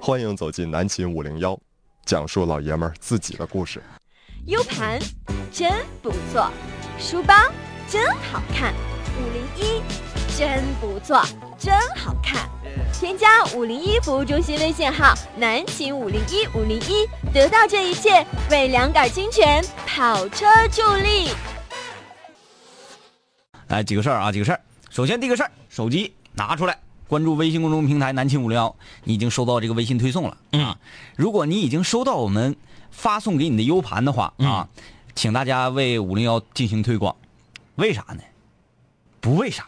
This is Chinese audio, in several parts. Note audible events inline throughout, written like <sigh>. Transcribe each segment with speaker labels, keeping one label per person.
Speaker 1: 欢迎走进南秦五零幺，讲述老爷们儿自己的故事。
Speaker 2: U 盘真不错，书包真好看，五零一真不错，真好看。添加五零一服务中心微信号南秦五零一五零一，得到这一切，为两杆清泉跑车助力。
Speaker 3: 来几个事儿啊，几个事儿。首先第一个事儿，手机拿出来，关注微信公众平台南秦五零幺，你已经收到这个微信推送了、
Speaker 4: 嗯
Speaker 3: 啊。如果你已经收到我们发送给你的 U 盘的话
Speaker 4: 嗯
Speaker 3: 啊，请大家为五零幺进行推广。为啥呢？不为啥，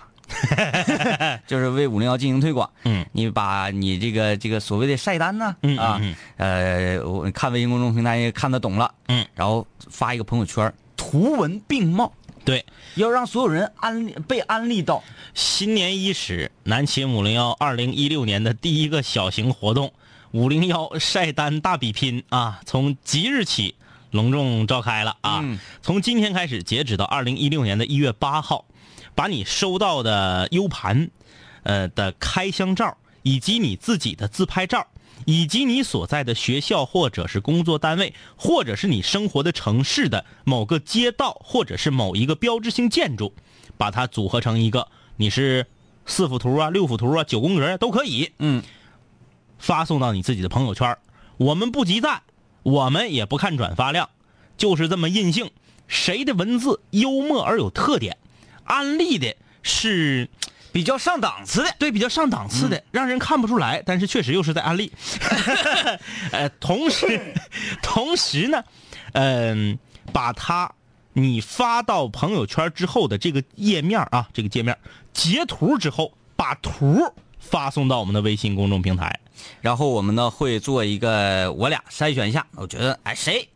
Speaker 3: <laughs> 就是为五零幺进行推广。
Speaker 4: 嗯，
Speaker 3: 你把你这个这个所谓的晒单呢、
Speaker 4: 嗯
Speaker 3: 啊
Speaker 4: 嗯，
Speaker 3: 呃，我看微信公众平台也看得懂了，
Speaker 4: 嗯，
Speaker 3: 然后发一个朋友圈，图文并茂。
Speaker 4: 对，
Speaker 3: 要让所有人安利被安利到，
Speaker 4: 新年伊始，南秦五零幺二零一六年的第一个小型活动“五零幺晒单大比拼”啊，从即日起隆重召开了啊！
Speaker 3: 嗯
Speaker 4: 从今天开始，截止到二零一六年的一月八号，把你收到的 U 盘，呃的开箱照，以及你自己的自拍照。以及你所在的学校或者是工作单位，或者是你生活的城市的某个街道，或者是某一个标志性建筑，把它组合成一个，你是四幅图啊、六幅图啊、九宫格啊都可以，
Speaker 3: 嗯，
Speaker 4: 发送到你自己的朋友圈儿。我们不集赞，我们也不看转发量，就是这么任性。谁的文字幽默而有特点，安利的是
Speaker 3: 比较上档次的。
Speaker 4: 对比较上档次的，让人看不出来，但是确实又是在安利。呃，同时，同时呢，嗯、把它你发到朋友圈之后的这个页面啊，这个界面截图之后，把图发送到我们的微信公众平台。
Speaker 3: 然后我们呢会做一个，我俩筛选一下，我觉得哎谁，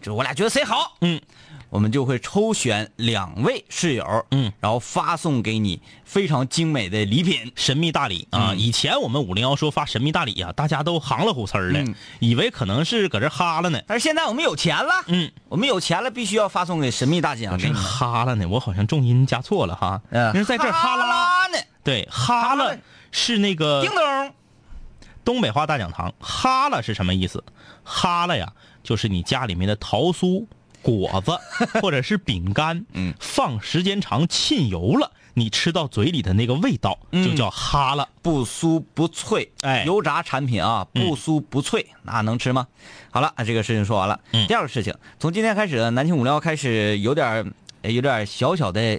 Speaker 3: 就是我俩觉得谁好，
Speaker 4: 嗯，
Speaker 3: 我们就会抽选两位室友，
Speaker 4: 嗯，
Speaker 3: 然后发送给你非常精美的礼品。
Speaker 4: 神秘大礼啊！
Speaker 3: 嗯
Speaker 4: 以前我们五零幺说发神秘大礼啊，大家都行了虎呲儿的，
Speaker 3: 嗯
Speaker 4: 以为可能是搁这哈了呢。
Speaker 3: 但是现在我们有钱了，
Speaker 4: 嗯，
Speaker 3: 我们有钱了，必须要发送给神秘大
Speaker 4: 啊
Speaker 3: 奖给
Speaker 4: 这
Speaker 3: 你。
Speaker 4: 哈了呢，我好像重音加错了哈。
Speaker 3: 嗯
Speaker 4: 人在这儿
Speaker 3: 哈
Speaker 4: 哈拉，
Speaker 3: 呢，
Speaker 4: 对，哈
Speaker 3: 哈
Speaker 4: 了
Speaker 3: 了
Speaker 4: 是那个
Speaker 3: 叮咚，
Speaker 4: 东北话大讲堂，哈了是什么意思？哈了呀，就是你家里面的桃酥、
Speaker 3: <laughs>
Speaker 4: 果子或者是饼干，
Speaker 3: 嗯，
Speaker 4: 放时间长沁油了，你吃到嘴里的那个味道就
Speaker 3: 嗯
Speaker 4: 叫哈了。
Speaker 3: 不酥不脆，
Speaker 4: 哎嗯
Speaker 3: 油炸产品啊，不酥不脆，那能吃吗？好了，啊这个事情说完了。
Speaker 4: 嗯
Speaker 3: 第二个事情，从今天开始呢，南青五料开始有点儿呃有点儿小小的，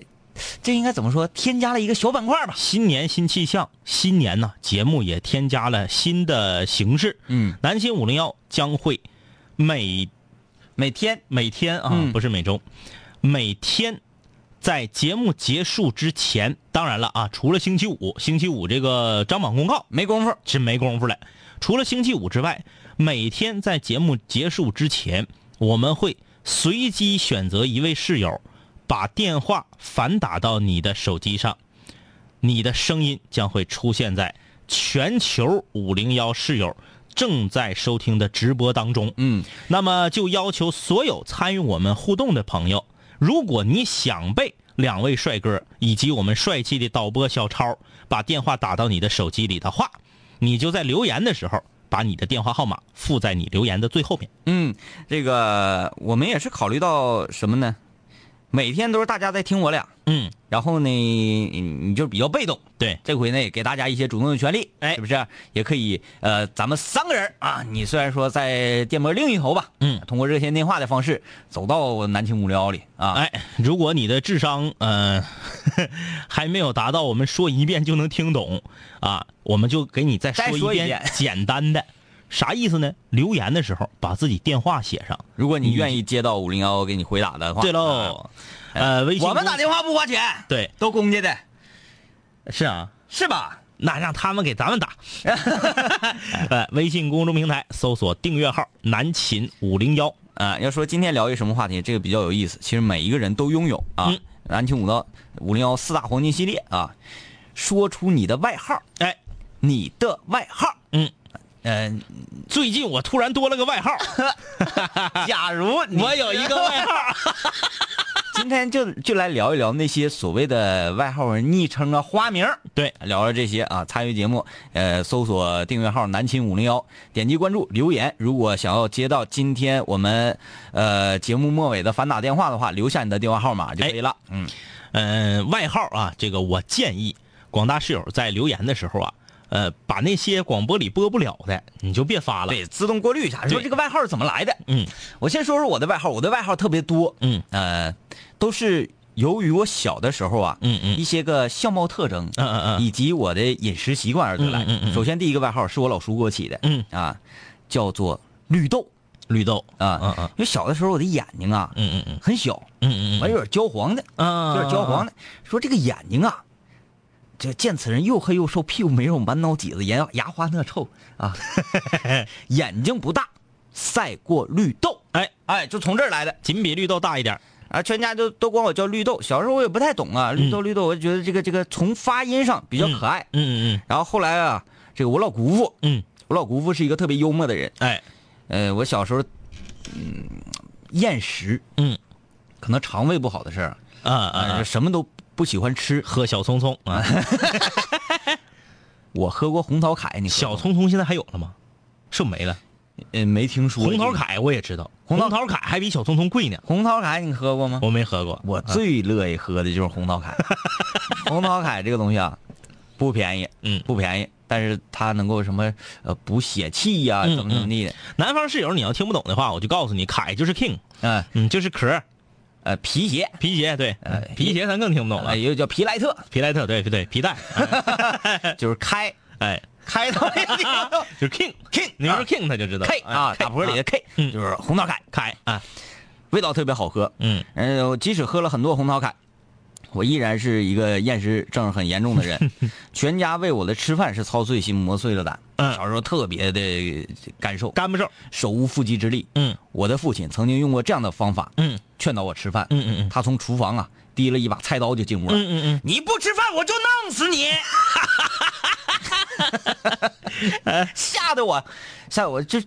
Speaker 3: 这应该怎么说？添加了一个小板块吧。
Speaker 4: 新年新气象，新年呢，节目也添加了新的形式。
Speaker 3: 嗯，
Speaker 4: 南秦五零幺将会每
Speaker 3: 每天
Speaker 4: 每天啊，
Speaker 3: 嗯
Speaker 4: 不是每周，每天在节目结束之前，当然了啊，除了星期五，星期五这个张榜公告
Speaker 3: 没工夫。
Speaker 4: 是没工夫了。除了星期五之外，每天在节目结束之前，我们会随机选择一位室友，把电话反打到你的手机上，你的声音将会出现在全球五零幺室友正在收听的直播当中。
Speaker 3: 嗯，
Speaker 4: 那么就要求所有参与我们互动的朋友，如果你想被两位帅哥以及我们帅气的导播小超把电话打到你的手机里的话，你就在留言的时候把你的电话号码附在你留言的最后面。
Speaker 3: 嗯，这个我们也是考虑到什么呢？每天都是大家在听我俩，
Speaker 4: 嗯，
Speaker 3: 然后呢，你你就比较被动。
Speaker 4: 对，
Speaker 3: 这回呢，也给大家一些主动的权利，
Speaker 4: 哎
Speaker 3: 是不是？也可以，呃，咱们三个人啊，你虽然说在电波另一头吧，
Speaker 4: 嗯
Speaker 3: 通过热线电话的方式走到南青五聊里啊，，
Speaker 4: 哎，如果你的智商呃 <laughs> 还没有达到我们说一遍就能听懂啊，我们就给你再
Speaker 3: 再
Speaker 4: 说
Speaker 3: 说一
Speaker 4: 遍
Speaker 3: 遍
Speaker 4: 简单的。啥意思呢？留言的时候把自己电话写上。
Speaker 3: 如果你愿意接到五零幺给你回答的话，
Speaker 4: 嗯对
Speaker 3: 啊，
Speaker 4: 喽，呃，微信
Speaker 3: 我们
Speaker 4: 公
Speaker 3: 打电话不花钱，
Speaker 4: 对
Speaker 3: 都公家的，
Speaker 4: 是啊，
Speaker 3: 是吧？
Speaker 4: 那让他们给咱们打。 <laughs> 呃，微信公众平台搜索订阅号“南秦五零幺
Speaker 3: 啊，要说今天聊一什么话题，这个比较有意思。其实每一个人都拥有啊
Speaker 4: 嗯，
Speaker 3: 南青五到五零幺四大黄金系列啊，说出你的外号，”。
Speaker 4: 哎，
Speaker 3: 你的外号，
Speaker 4: 嗯，
Speaker 3: 嗯、
Speaker 4: 最近我突然多了个外号，
Speaker 3: <laughs> 假如你
Speaker 4: 我有一个外号，
Speaker 3: <laughs> 今天就就来聊一聊那些所谓的外号、昵称啊、花名儿
Speaker 4: 对，
Speaker 3: 聊聊这些啊。参与节目，呃，搜索订阅号“南秦五零幺”，点击关注留言。如果想要接到今天我们呃节目末尾的反打电话的话，留下你的电话号码就可以了。
Speaker 4: 哎
Speaker 3: 嗯，
Speaker 4: 嗯、外号啊，这个我建议广大室友在留言的时候啊，呃，把那些广播里播不了的，你就别发了。
Speaker 3: 对，自动过滤一下，说
Speaker 4: 对
Speaker 3: 这个外号是怎么来的。
Speaker 4: 嗯
Speaker 3: 我先说说我的外号，我的外号特别多，
Speaker 4: 嗯
Speaker 3: 呃，都是由于我小的时候啊，
Speaker 4: 嗯嗯
Speaker 3: 一些个相貌特征，
Speaker 4: 嗯嗯嗯
Speaker 3: 以及我的饮食习惯而得来。
Speaker 4: 嗯嗯嗯嗯
Speaker 3: 首先，第一个外号是我老叔给我起的，
Speaker 4: 嗯，
Speaker 3: 啊，叫做绿豆
Speaker 4: 绿豆
Speaker 3: 啊，
Speaker 4: 嗯嗯
Speaker 3: 因为小的时候我的眼睛啊，
Speaker 4: 嗯嗯
Speaker 3: 很小，
Speaker 4: 嗯嗯
Speaker 3: 完有点焦黄的，有
Speaker 4: 嗯，
Speaker 3: 点焦黄的，说这个眼睛啊。这见此人又黑又瘦，屁股没肉，满脑挤子，牙牙花那臭
Speaker 4: <laughs>
Speaker 3: 啊，眼睛不大，赛过绿豆，
Speaker 4: 哎
Speaker 3: 哎，就从这儿来的。
Speaker 4: 仅比绿豆大一点儿。
Speaker 3: 啊，全家都都管我叫绿豆。小时候我也不太懂啊，绿豆绿豆，我就觉得这个这个从发音上比较可爱。
Speaker 4: 嗯嗯嗯
Speaker 3: 然后后来啊，这个我老姑父，
Speaker 4: 嗯，
Speaker 3: 我老姑父是一个特别幽默的人。
Speaker 4: 哎，
Speaker 3: 呃，我小时候，嗯，厌食，
Speaker 4: 嗯，
Speaker 3: 可能肠胃不好的事儿，
Speaker 4: 啊啊
Speaker 3: 呃，，什么都不喜欢吃。
Speaker 4: 喝小葱葱啊，
Speaker 3: 我喝过红桃凯，你喝
Speaker 4: 小
Speaker 3: 过吗，
Speaker 4: 葱葱现在还有了吗？是不是没了。
Speaker 3: 呃，没听说。
Speaker 4: 红桃，凯我也知道，红
Speaker 3: 桃
Speaker 4: 桃凯还比小葱葱贵呢，
Speaker 3: 红桃凯你喝过吗？
Speaker 4: 我没喝过。嗯
Speaker 3: 我最乐意喝的就是红桃
Speaker 4: <laughs>
Speaker 3: 凯。红桃凯这个东西啊，不便宜，
Speaker 4: 嗯
Speaker 3: 不便宜，但是它能够什么呃补血气呀、
Speaker 4: 嗯
Speaker 3: 怎么怎么地的，
Speaker 4: 南方室友，你要听不懂的话，我就告诉你，凯就是 king，
Speaker 3: 嗯
Speaker 4: 嗯，就是壳，
Speaker 3: 呃皮鞋，
Speaker 4: 皮鞋，对
Speaker 3: 哎，
Speaker 4: 皮鞋咱更听不懂了
Speaker 3: 呃，，也有叫皮莱特，
Speaker 4: 皮莱特，对对，皮 <laughs> 带，
Speaker 3: 就是开
Speaker 4: 哎，
Speaker 3: <laughs>
Speaker 4: <laughs>
Speaker 3: 开到那个地方
Speaker 4: 就是 king king，你要是 king 他就知道
Speaker 3: K
Speaker 4: 哎
Speaker 3: 啊，打扑克里的 K，
Speaker 4: 嗯
Speaker 3: 就是红桃凯，
Speaker 4: 凯啊，
Speaker 3: 味道特别好喝。
Speaker 4: 嗯
Speaker 3: 嗯，我即使喝了很多红桃凯，我依然是一个厌食症很严重的
Speaker 4: <laughs>
Speaker 3: 人，全家为我的吃饭是操碎心磨碎了胆。
Speaker 4: 嗯
Speaker 3: 小时候特别的感受，
Speaker 4: 干巴瘦，
Speaker 3: 手无缚鸡之力。
Speaker 4: 嗯
Speaker 3: 我的父亲曾经用过这样的方法
Speaker 4: 嗯
Speaker 3: 劝导我吃饭。
Speaker 4: 嗯嗯嗯
Speaker 3: 他从厨房啊提了一把菜刀就进屋了。
Speaker 4: 嗯嗯嗯，
Speaker 3: 你不吃饭我就弄死
Speaker 4: <laughs>
Speaker 3: 你！吓得我，吓得我就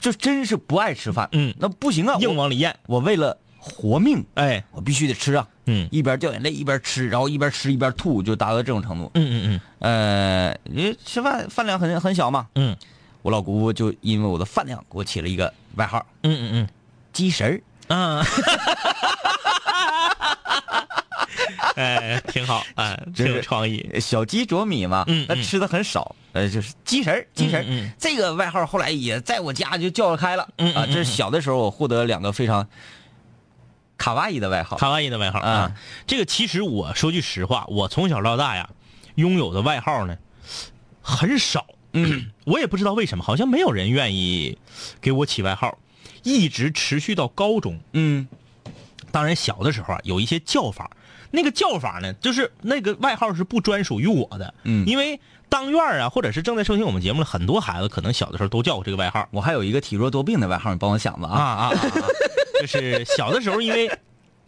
Speaker 3: 就真是不爱吃饭。
Speaker 4: 嗯
Speaker 3: 那不行啊，
Speaker 4: 硬
Speaker 3: 我
Speaker 4: 往里咽，
Speaker 3: 我为了活命，
Speaker 4: 哎，
Speaker 3: 我必须得吃啊！
Speaker 4: 嗯
Speaker 3: 一边掉眼泪一边吃，然后一边吃一边吐，就达到这种程度。
Speaker 4: 嗯嗯
Speaker 3: 呃，因为吃饭饭量很很小嘛，
Speaker 4: 嗯
Speaker 3: 我老姑父就因为我的饭量给我起了一个外号
Speaker 4: 嗯嗯嗯
Speaker 3: “鸡食儿”。
Speaker 4: 嗯，啊， <laughs> 哎，挺好，哎，挺有创意，
Speaker 3: 小鸡啄米嘛，
Speaker 4: 嗯
Speaker 3: 他
Speaker 4: 嗯
Speaker 3: 吃的很少，呃，就是鸡神儿，鸡神儿，
Speaker 4: 嗯嗯
Speaker 3: 这个外号后来也在我家就叫开了，
Speaker 4: 嗯嗯
Speaker 3: 啊，
Speaker 4: 嗯
Speaker 3: 这是小的时候我获得了两个非常卡哇伊的外号，
Speaker 4: 卡哇伊的外号
Speaker 3: 啊
Speaker 4: 啊。这个其实我说句实话，我从小到大呀，拥有的外号呢很少。嗯，我也不知道为什么，好像没有人愿意给我起外号，一直持续到高中。
Speaker 3: 嗯
Speaker 4: 当然，小的时候啊，有一些叫法，那个叫法呢，就是那个外号是不专属于我的。
Speaker 3: 嗯
Speaker 4: 因为当院儿啊，或者是正在收听我们节目的很多孩子，可能小的时候都叫我这个外号。
Speaker 3: 我还有一个体弱多病的外号，你帮我想吧啊，
Speaker 4: 啊啊！啊啊就是小的时候，因为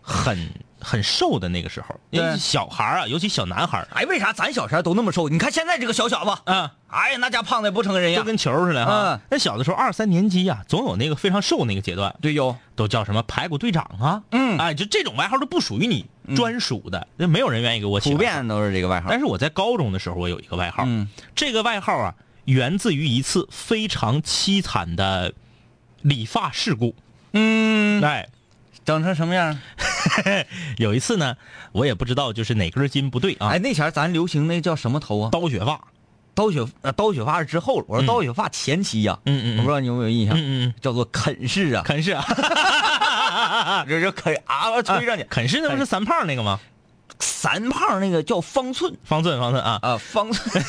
Speaker 4: 很很瘦的那个时候，因为
Speaker 3: 对
Speaker 4: 小孩儿啊，尤其小男孩儿
Speaker 3: 哎，为啥咱小时候都那么瘦？你看现在这个小小子，
Speaker 4: 啊，
Speaker 3: 哎呀，那家胖的不成人
Speaker 4: 就
Speaker 3: 样，
Speaker 4: 跟球儿似的哈
Speaker 3: 嗯。
Speaker 4: 那小的时候，二三年级呀、总有那个非常瘦那个阶段，
Speaker 3: 对哟，
Speaker 4: 都叫什么排骨队长啊，
Speaker 3: 嗯
Speaker 4: 哎，就这种外号都不属于你专属的，那没有人愿意给我起。
Speaker 3: 普。遍都是这个外号，
Speaker 4: 但是我在高中的时候，我有一个外号，
Speaker 3: 哎嗯
Speaker 4: 这个外号啊，源自于一次非常凄惨的理发事故。
Speaker 3: 嗯，
Speaker 4: 哎，
Speaker 3: 整成什么样？
Speaker 4: 有一次呢，我也不知道就是哪根筋不对啊，
Speaker 3: 哎，那前儿咱流行那叫什么头啊？
Speaker 4: 刀雪发，
Speaker 3: 刀雪呃刀雪发是之后了，我说
Speaker 4: 嗯
Speaker 3: 刀雪发前期呀、
Speaker 4: 嗯嗯嗯
Speaker 3: 我不知道你有没有印象，
Speaker 4: 嗯嗯
Speaker 3: 叫做啃式啊，
Speaker 4: 肯是啊，
Speaker 3: 这就啃啊推上去，
Speaker 4: <laughs> 肯是那不是三胖那个吗？
Speaker 3: 三胖那个叫方寸
Speaker 4: 方寸方寸啊，
Speaker 3: <laughs> 啊，方寸，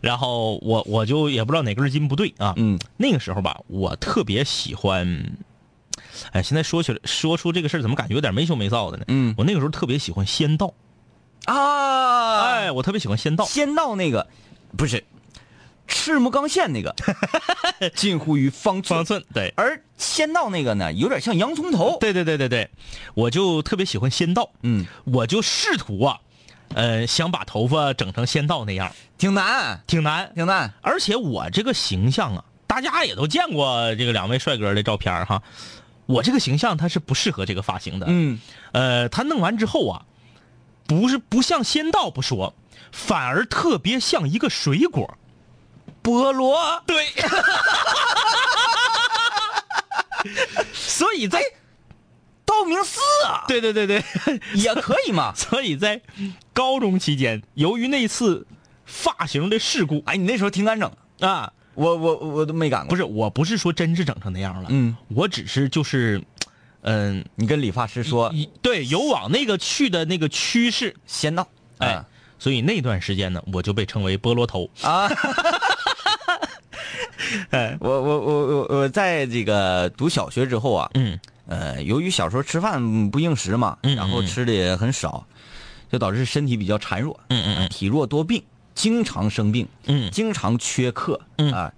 Speaker 4: 然后我我就也不知道哪根筋不对啊，
Speaker 3: 嗯
Speaker 4: 那个时候吧，我特别喜欢，哎，现在说起来说出这个事儿，怎么感觉有点没羞没臊的呢？
Speaker 3: 嗯
Speaker 4: 我那个时候特别喜欢仙道，
Speaker 3: 啊，
Speaker 4: 哎，我特别喜欢仙道，
Speaker 3: 仙道那个不是赤木刚宪那 <laughs> 个，近乎于方寸，
Speaker 4: 方寸对。
Speaker 3: 而仙道那个呢，有点像洋葱头，
Speaker 4: 对对对对对，我就特别喜欢仙道，
Speaker 3: 嗯，
Speaker 4: 我就试图啊，呃，想把头发整成仙道那样，
Speaker 3: 挺难
Speaker 4: 挺难，
Speaker 3: 挺难，
Speaker 4: 而且我这个形象啊，大家也都见过这个两位帅哥的照片儿哈，我这个形象它是不适合这个发型的。
Speaker 3: 嗯，
Speaker 4: 呃，他弄完之后啊，不是不像仙道不说，反而特别像一个水果。
Speaker 3: 菠萝，
Speaker 4: 对， <laughs> 所以在
Speaker 3: 道明寺啊，
Speaker 4: 对对对对，。
Speaker 3: 也可以嘛
Speaker 4: 所以在高中期间，由于那次发型的事故
Speaker 3: <laughs> 哎，你那时候挺敢整，
Speaker 4: 啊，
Speaker 3: 我我我都没敢过。
Speaker 4: 不是，我不是说真是整成那样了，
Speaker 3: 嗯，
Speaker 4: 我只是就是，嗯、
Speaker 3: 你跟理发师说
Speaker 4: 一对，有往那个去的那个趋势，
Speaker 3: 仙道，
Speaker 4: 哎，
Speaker 3: 啊
Speaker 4: 所以那段时间呢，我就被称为菠萝头。
Speaker 3: 啊！我我我我我在这个读小学之后啊，
Speaker 4: 嗯
Speaker 3: 呃，由于小时候吃饭不应时嘛，
Speaker 4: 嗯
Speaker 3: 然后吃的也很少，就导致身体比较孱弱，
Speaker 4: 嗯嗯嗯
Speaker 3: 体弱多病，经常生病，
Speaker 4: 嗯
Speaker 3: 经常缺课，
Speaker 4: 嗯
Speaker 3: 啊，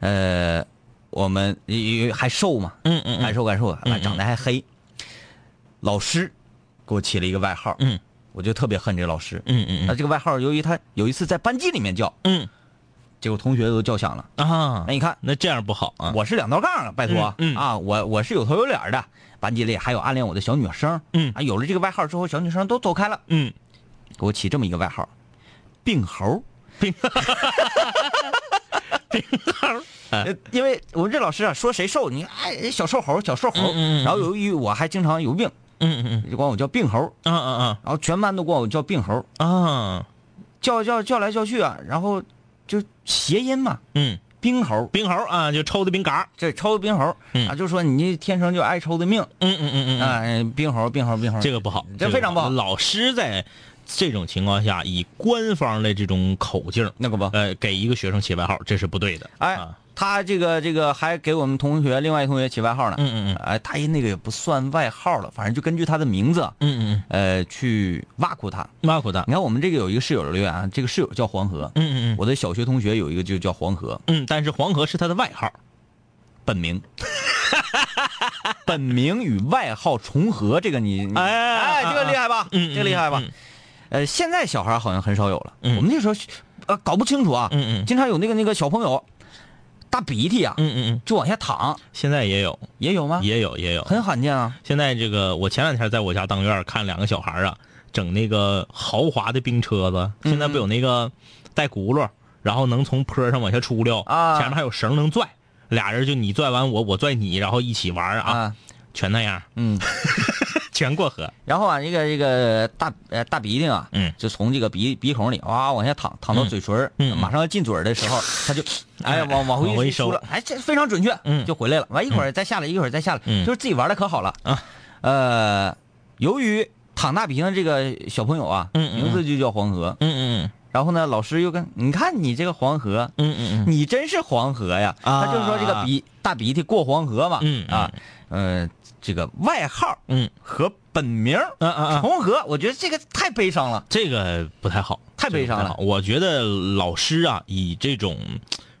Speaker 3: 呃，我们也也还瘦嘛，
Speaker 4: 嗯嗯
Speaker 3: 还瘦还瘦，啊长得还黑。老师给我起了一个外号，
Speaker 4: 嗯
Speaker 3: 我就特别恨这老师，啊
Speaker 4: 嗯嗯
Speaker 3: 那这个外号由于他有一次在班级里面叫，
Speaker 4: 嗯
Speaker 3: 结果同学都叫响了。
Speaker 4: 嗯啊
Speaker 3: 那，你看，
Speaker 4: 那这样不好啊。
Speaker 3: 我是两道杠啊，拜托，
Speaker 4: 嗯嗯
Speaker 3: 啊，我我是有头有脸的，班级里还有暗恋我的小女生，
Speaker 4: 嗯
Speaker 3: 啊，有了这个外号之后，小女生都走开了，
Speaker 4: 嗯，
Speaker 3: 给我起这么一个外号，
Speaker 4: <laughs>
Speaker 3: 病 <laughs> 猴，病病猴。呃因为我们这老师啊，说谁瘦，你哎小瘦猴，小瘦猴。
Speaker 4: 嗯嗯嗯
Speaker 3: 然后由于我还经常有病，
Speaker 4: 嗯嗯
Speaker 3: 就管我叫病猴，
Speaker 4: 嗯啊
Speaker 3: 然后全班都管我叫病猴，
Speaker 4: 啊啊，
Speaker 3: 叫叫叫来叫去啊，然后就谐音嘛，
Speaker 4: 嗯，
Speaker 3: 冰猴，
Speaker 4: 冰猴啊，就抽的冰嘎。
Speaker 3: 这抽冰猴、
Speaker 4: 嗯
Speaker 3: 啊，就说你天生就爱抽的命
Speaker 4: 嗯嗯嗯嗯
Speaker 3: 啊，哎冰猴，冰猴，冰猴，
Speaker 4: 这个不好，
Speaker 3: 这非常不好
Speaker 4: 老师在这种情况下，以官方的这种口径，
Speaker 3: 那个不，
Speaker 4: 呃，给一个学生起外号，这是不对的。
Speaker 3: 哎，
Speaker 4: 啊
Speaker 3: 他这个这个还给我们同学另外一同学起外号呢，
Speaker 4: 嗯嗯
Speaker 3: 哎，他那个也不算外号了，反正就根据他的名字，
Speaker 4: 嗯嗯嗯，
Speaker 3: 呃，去挖苦他。
Speaker 4: 马苦的。
Speaker 3: 你看我们这个有一个室友留言啊，这个室友叫黄河，
Speaker 4: 嗯嗯嗯
Speaker 3: 我的小学同学有一个就叫黄河，
Speaker 4: 嗯，但是黄河是他的外号。
Speaker 3: 本 <laughs> 名。本名与外号重合，这个你你
Speaker 4: 哎
Speaker 3: 哎，这个厉害吧？
Speaker 4: 嗯嗯
Speaker 3: 这个厉害吧
Speaker 4: 嗯？
Speaker 3: 呃，现在小孩好像很少有了。
Speaker 4: 嗯
Speaker 3: 我们那时候呃搞不清楚啊，
Speaker 4: 嗯嗯
Speaker 3: 经常有那个那个小朋友大鼻涕啊，
Speaker 4: 嗯嗯嗯，
Speaker 3: 就往下淌，
Speaker 4: 现在也有，
Speaker 3: 也有吗？
Speaker 4: 也有，也有。
Speaker 3: 很罕见啊。
Speaker 4: 现在这个，我前两天在我家当院儿看两个小孩儿啊，整那个豪华的冰车子。现在不有那个带轱辘，然后能从坡上往下出溜
Speaker 3: 啊
Speaker 4: 前面还有绳能拽，俩人就你拽完我，我拽你，然后一起玩儿啊，
Speaker 3: 啊，
Speaker 4: 全那样，
Speaker 3: 嗯，
Speaker 4: <laughs> 全过河。
Speaker 3: 然后啊，这个这个大呃大鼻涕啊，
Speaker 4: 嗯
Speaker 3: 就从这个鼻鼻孔里哇往下淌，淌到嘴唇儿，
Speaker 4: 嗯嗯
Speaker 3: 马上要进嘴儿的时候，他就哎往往
Speaker 4: 往回
Speaker 3: 回
Speaker 4: 一
Speaker 3: 一
Speaker 4: 收
Speaker 3: 出了，哎，这非常准确，
Speaker 4: 嗯
Speaker 3: 就回来了。完一会儿再下来，一会儿再下来，
Speaker 4: 嗯
Speaker 3: 就是自己玩的可好了
Speaker 4: 啊。
Speaker 3: 呃，由于淌大鼻涕的这个小朋友啊，
Speaker 4: 嗯嗯嗯
Speaker 3: 名字就叫黄河，
Speaker 4: 嗯嗯
Speaker 3: 然后呢，老师又跟你看你这个黄河，
Speaker 4: 嗯嗯嗯
Speaker 3: 你真是黄河呀！
Speaker 4: 啊
Speaker 3: 他就说这个鼻大鼻涕过黄河嘛，
Speaker 4: 嗯
Speaker 3: 啊，呃，这个外号
Speaker 4: 嗯
Speaker 3: 和本名儿
Speaker 4: 嗯啊啊啊，
Speaker 3: 重合，我觉得这个太悲伤了。
Speaker 4: 这个不太好，
Speaker 3: 太悲伤了
Speaker 4: 这个不太好我觉得老师啊，以这种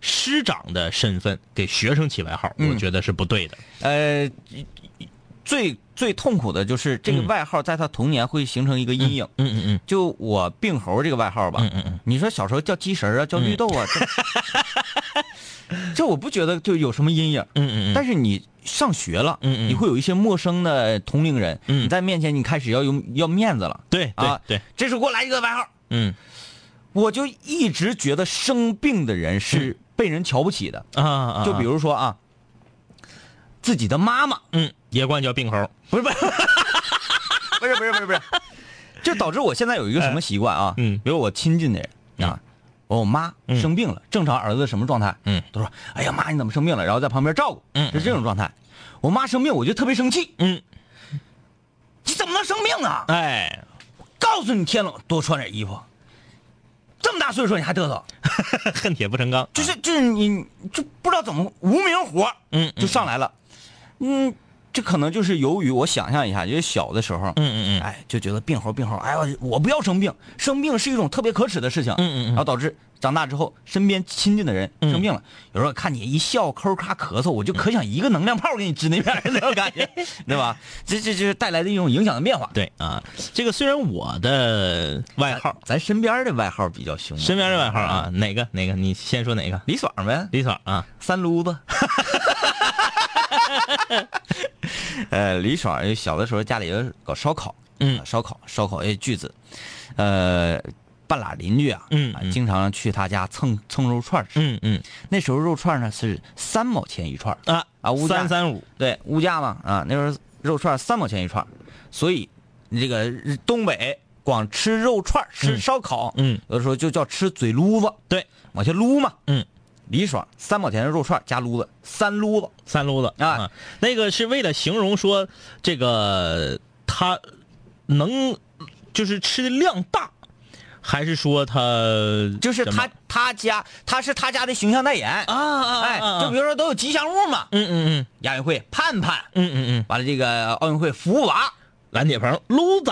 Speaker 4: 师长的身份给学生起外号，
Speaker 3: 嗯
Speaker 4: 我觉得是不对的。
Speaker 3: 呃，最最痛苦的就是这个
Speaker 4: 嗯
Speaker 3: 外号在他童年会形成一个阴影。
Speaker 4: 嗯嗯嗯
Speaker 3: 就我病猴这个外号吧，
Speaker 4: 嗯嗯嗯。
Speaker 3: 你说小时候叫鸡神啊，叫绿豆
Speaker 4: <laughs>
Speaker 3: 啊，这 <laughs> 这我不觉得就有什么阴影。
Speaker 4: 嗯嗯嗯，
Speaker 3: 但
Speaker 4: 是
Speaker 3: 是你上学了，
Speaker 4: 嗯嗯
Speaker 3: 你会有一些陌生的同龄人，
Speaker 4: 嗯
Speaker 3: 你在面前你开始要有要面子了。
Speaker 4: 对对
Speaker 3: 啊
Speaker 4: 对，
Speaker 3: 这时候给我来一个外号，
Speaker 4: 嗯
Speaker 3: 我就一直觉得生病的人
Speaker 4: 嗯
Speaker 3: 是被人瞧不起的。
Speaker 4: 啊啊，
Speaker 3: 就比如说啊，自己的妈妈，
Speaker 4: 嗯，也管叫病猴，
Speaker 3: 不是不是不是不是不是不是， <laughs> 就导致我现在有一个什么习惯啊？
Speaker 4: 嗯
Speaker 3: 比如我亲近的人啊，我我妈
Speaker 4: 嗯
Speaker 3: 生病了，正常儿子什么状态？
Speaker 4: 嗯
Speaker 3: 都说哎呀妈你怎么生病了？然后在旁边照顾，
Speaker 4: 嗯
Speaker 3: 是这种状态。我妈生病我就特别生气，
Speaker 4: 嗯，
Speaker 3: 你怎么能生病啊？
Speaker 4: 哎，
Speaker 3: 告诉你天冷多穿点衣服，这么大岁数你还嘚瑟，
Speaker 4: 恨铁不成钢，
Speaker 3: 就是就是你就不知道怎么无名火，
Speaker 4: 嗯嗯
Speaker 3: 就上来了，嗯，这可能就是由于我想象一下，就是小的时候，嗯
Speaker 4: 嗯嗯嗯
Speaker 3: 哎，就觉得病猴病猴，哎呀，我不要生病，生病是一种特别可耻的事情。
Speaker 4: 嗯嗯嗯嗯
Speaker 3: 然后导致长大之后，身边亲近的人生病了，有时候看你一笑，抠咔咳嗽，我就可想一个能量炮给你支那边儿那种感
Speaker 4: <laughs>
Speaker 3: 觉，对吧？这这就是带来的一种影响的变化。
Speaker 4: 对啊，这个虽然我的外号，
Speaker 3: 咱身边的外号比较凶，
Speaker 4: 身边的外号啊，，哪个哪个，你先说哪个？
Speaker 3: 李爽呗，
Speaker 4: <laughs> 李爽啊，
Speaker 3: 三撸子。呃，李爽小的时候家里有搞烧烤，
Speaker 4: 嗯
Speaker 3: 啊烧烤烧烤哎锯子，呃，半拉邻居啊，
Speaker 4: 嗯
Speaker 3: 啊
Speaker 4: 嗯
Speaker 3: 经常去他家蹭蹭肉串吃。
Speaker 4: 嗯嗯
Speaker 3: 那时候肉串呢是三毛钱一串儿，
Speaker 4: 啊
Speaker 3: 啊物价
Speaker 4: 三三五，
Speaker 3: 对，物价嘛啊，那时候肉串三毛钱一串儿，所以你这个日东北光吃肉串儿吃
Speaker 4: 嗯
Speaker 3: 烧烤，
Speaker 4: 嗯
Speaker 3: 有的时候就叫吃嘴撸子，
Speaker 4: 对，
Speaker 3: 往下撸嘛。
Speaker 4: 嗯，
Speaker 3: 李爽三毛钱的肉串儿加撸子，三撸子。
Speaker 4: 三撸子
Speaker 3: 啊
Speaker 4: 那个是为了形容说这个他能就是吃的量大，还是说他
Speaker 3: 就是
Speaker 4: 什么
Speaker 3: 他他家他是他家的形象代言
Speaker 4: 啊啊啊
Speaker 3: 哎，
Speaker 4: 啊
Speaker 3: 就比如说都有吉祥物嘛，
Speaker 4: 嗯嗯
Speaker 3: 亚运会盼盼，
Speaker 4: 嗯嗯嗯嗯，
Speaker 3: 完了这个奥运会福
Speaker 4: <laughs>
Speaker 3: 娃，
Speaker 4: 蓝铁鹏撸子，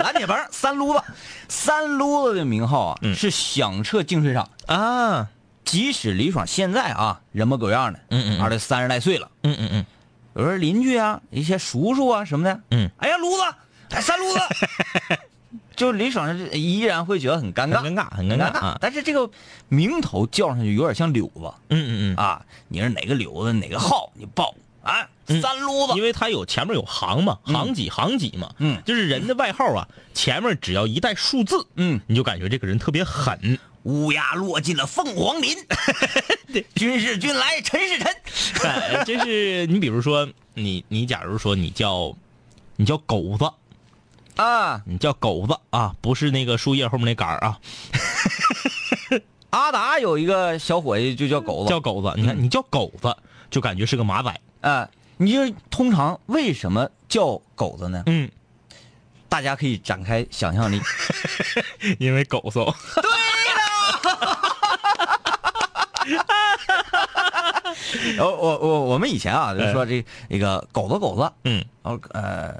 Speaker 3: 蓝铁鹏三撸子，三撸子的名号
Speaker 4: 嗯
Speaker 3: 啊、是响彻净水厂啊。即使李爽现在啊人模狗样的，
Speaker 4: 嗯嗯嗯
Speaker 3: 二十三十来岁了，
Speaker 4: 嗯嗯嗯，
Speaker 3: 有时候邻居啊一些叔叔啊什么的，
Speaker 4: 嗯，
Speaker 3: 哎呀撸子，哎三撸子，
Speaker 4: <laughs>
Speaker 3: 就李爽是依然会觉得很尴尬，
Speaker 4: 很尴尬，很
Speaker 3: 很
Speaker 4: 尴
Speaker 3: 尴
Speaker 4: 尬啊，
Speaker 3: 但是这个名头叫上去有点像柳子，
Speaker 4: 嗯嗯嗯，
Speaker 3: 啊，你是哪个流子哪个号你报啊？三撸子，
Speaker 4: 嗯因为他有前面有行嘛，行几行几嘛，
Speaker 3: 嗯
Speaker 4: 就是人的外号啊，前面只要一带数字，
Speaker 3: 嗯，
Speaker 4: 你就感觉这个人特别狠，
Speaker 3: 乌鸦落进了凤凰
Speaker 4: <laughs>
Speaker 3: 林。君是君来，臣是臣。
Speaker 4: 哎就是你比如说 <laughs> 你你假如说你叫你叫狗子，
Speaker 3: 啊，
Speaker 4: 你叫狗子啊，不是那个树叶后面那杆儿啊，
Speaker 3: 阿达有一个小伙计就叫狗子，
Speaker 4: 叫狗子，你嗯看你叫狗子就感觉是个马仔，
Speaker 3: 啊，你就通常为什么叫狗子呢？
Speaker 4: 嗯，
Speaker 3: 大家可以展开想象力。
Speaker 4: <laughs> 因为狗怂，
Speaker 3: 然后我我我们以前啊，就说这那个狗子狗子，
Speaker 4: 嗯
Speaker 3: 然后呃，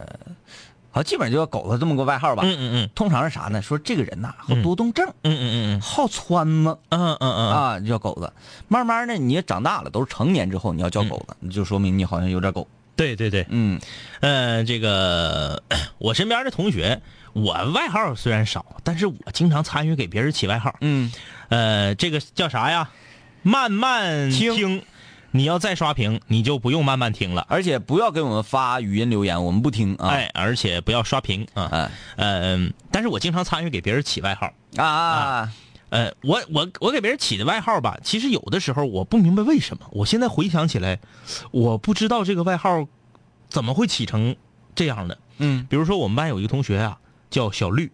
Speaker 3: 好，基本上就叫狗子这么个外号吧。
Speaker 4: 嗯嗯
Speaker 3: 通常是啥呢？说这个人呐，好多动症，
Speaker 4: 嗯嗯嗯
Speaker 3: 好窜子。
Speaker 4: 嗯嗯嗯嗯，
Speaker 3: 啊，就叫狗子。慢慢的，你也长大了，都是成年之后，你要叫狗子，
Speaker 4: 嗯
Speaker 3: 就说明你好像有点狗。
Speaker 4: 对对对，
Speaker 3: 嗯
Speaker 4: 呃，这个 <clears throat> 我身边的同学，我外号虽然少，但是我经常参与给别人起外号。
Speaker 3: 嗯，
Speaker 4: 呃，这个叫啥呀？慢慢
Speaker 3: 听
Speaker 4: 你要再刷屏，你就不用慢慢听了。
Speaker 3: 而且不要给我们发语音留言，我们不听啊。
Speaker 4: 哎，而且不要刷屏啊。
Speaker 3: 哎
Speaker 4: 嗯、但是我经常参与给别人起外号。
Speaker 3: 啊啊
Speaker 4: 呃，我我我给别人起的外号吧，其实有的时候我不明白为什么。我现在回想起来，我不知道这个外号怎么会起成这样的。
Speaker 3: 嗯，
Speaker 4: 比如说我们班有一个同学啊，叫小绿，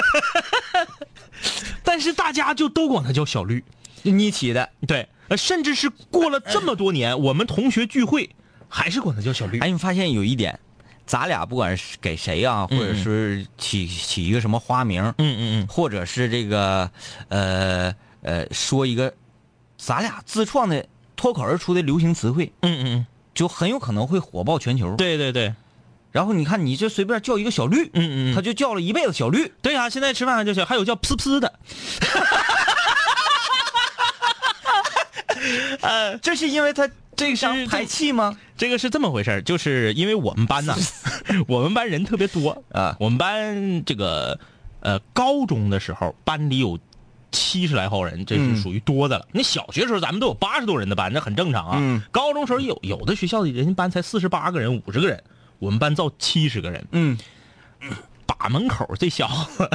Speaker 4: <laughs> 但是大家就都管他叫小绿。
Speaker 3: 你起的。
Speaker 4: 对，呃甚至是过了这么多年，我们同学聚会还是管他叫小绿。
Speaker 3: 哎，你发现有一点，咱俩不管是给谁啊，或者是起起一个什么花名，
Speaker 4: 嗯嗯
Speaker 3: 或者是这个呃呃说一个，咱俩自创的脱口而出的流行词汇，
Speaker 4: 嗯嗯嗯，
Speaker 3: 就很有可能会火爆全球。
Speaker 4: 对对对，
Speaker 3: 然后你看，你就随便叫一个小绿，
Speaker 4: 嗯嗯嗯
Speaker 3: 他就叫了一辈子小绿，
Speaker 4: 对啊，现在吃饭还叫小，还有叫噗噗的。
Speaker 3: <laughs> 这是因为他这
Speaker 4: 是
Speaker 3: 上
Speaker 4: 这
Speaker 3: 排气吗？
Speaker 4: 这个是这么回事儿，就是因为我
Speaker 3: <laughs>
Speaker 4: 们班呢，我们班人特别多
Speaker 3: 啊
Speaker 4: 我们班这个呃，高中的时候班里有七十来号人，这是
Speaker 3: 嗯
Speaker 4: 属于多的了。那小学时候咱们都有八十多人的班，那很正常啊。
Speaker 3: 嗯
Speaker 4: 高中时候有有的学校人家班才四十八个人、五十个人，我们班造七十个人。
Speaker 3: 嗯
Speaker 4: 把门口这小 <laughs> 子，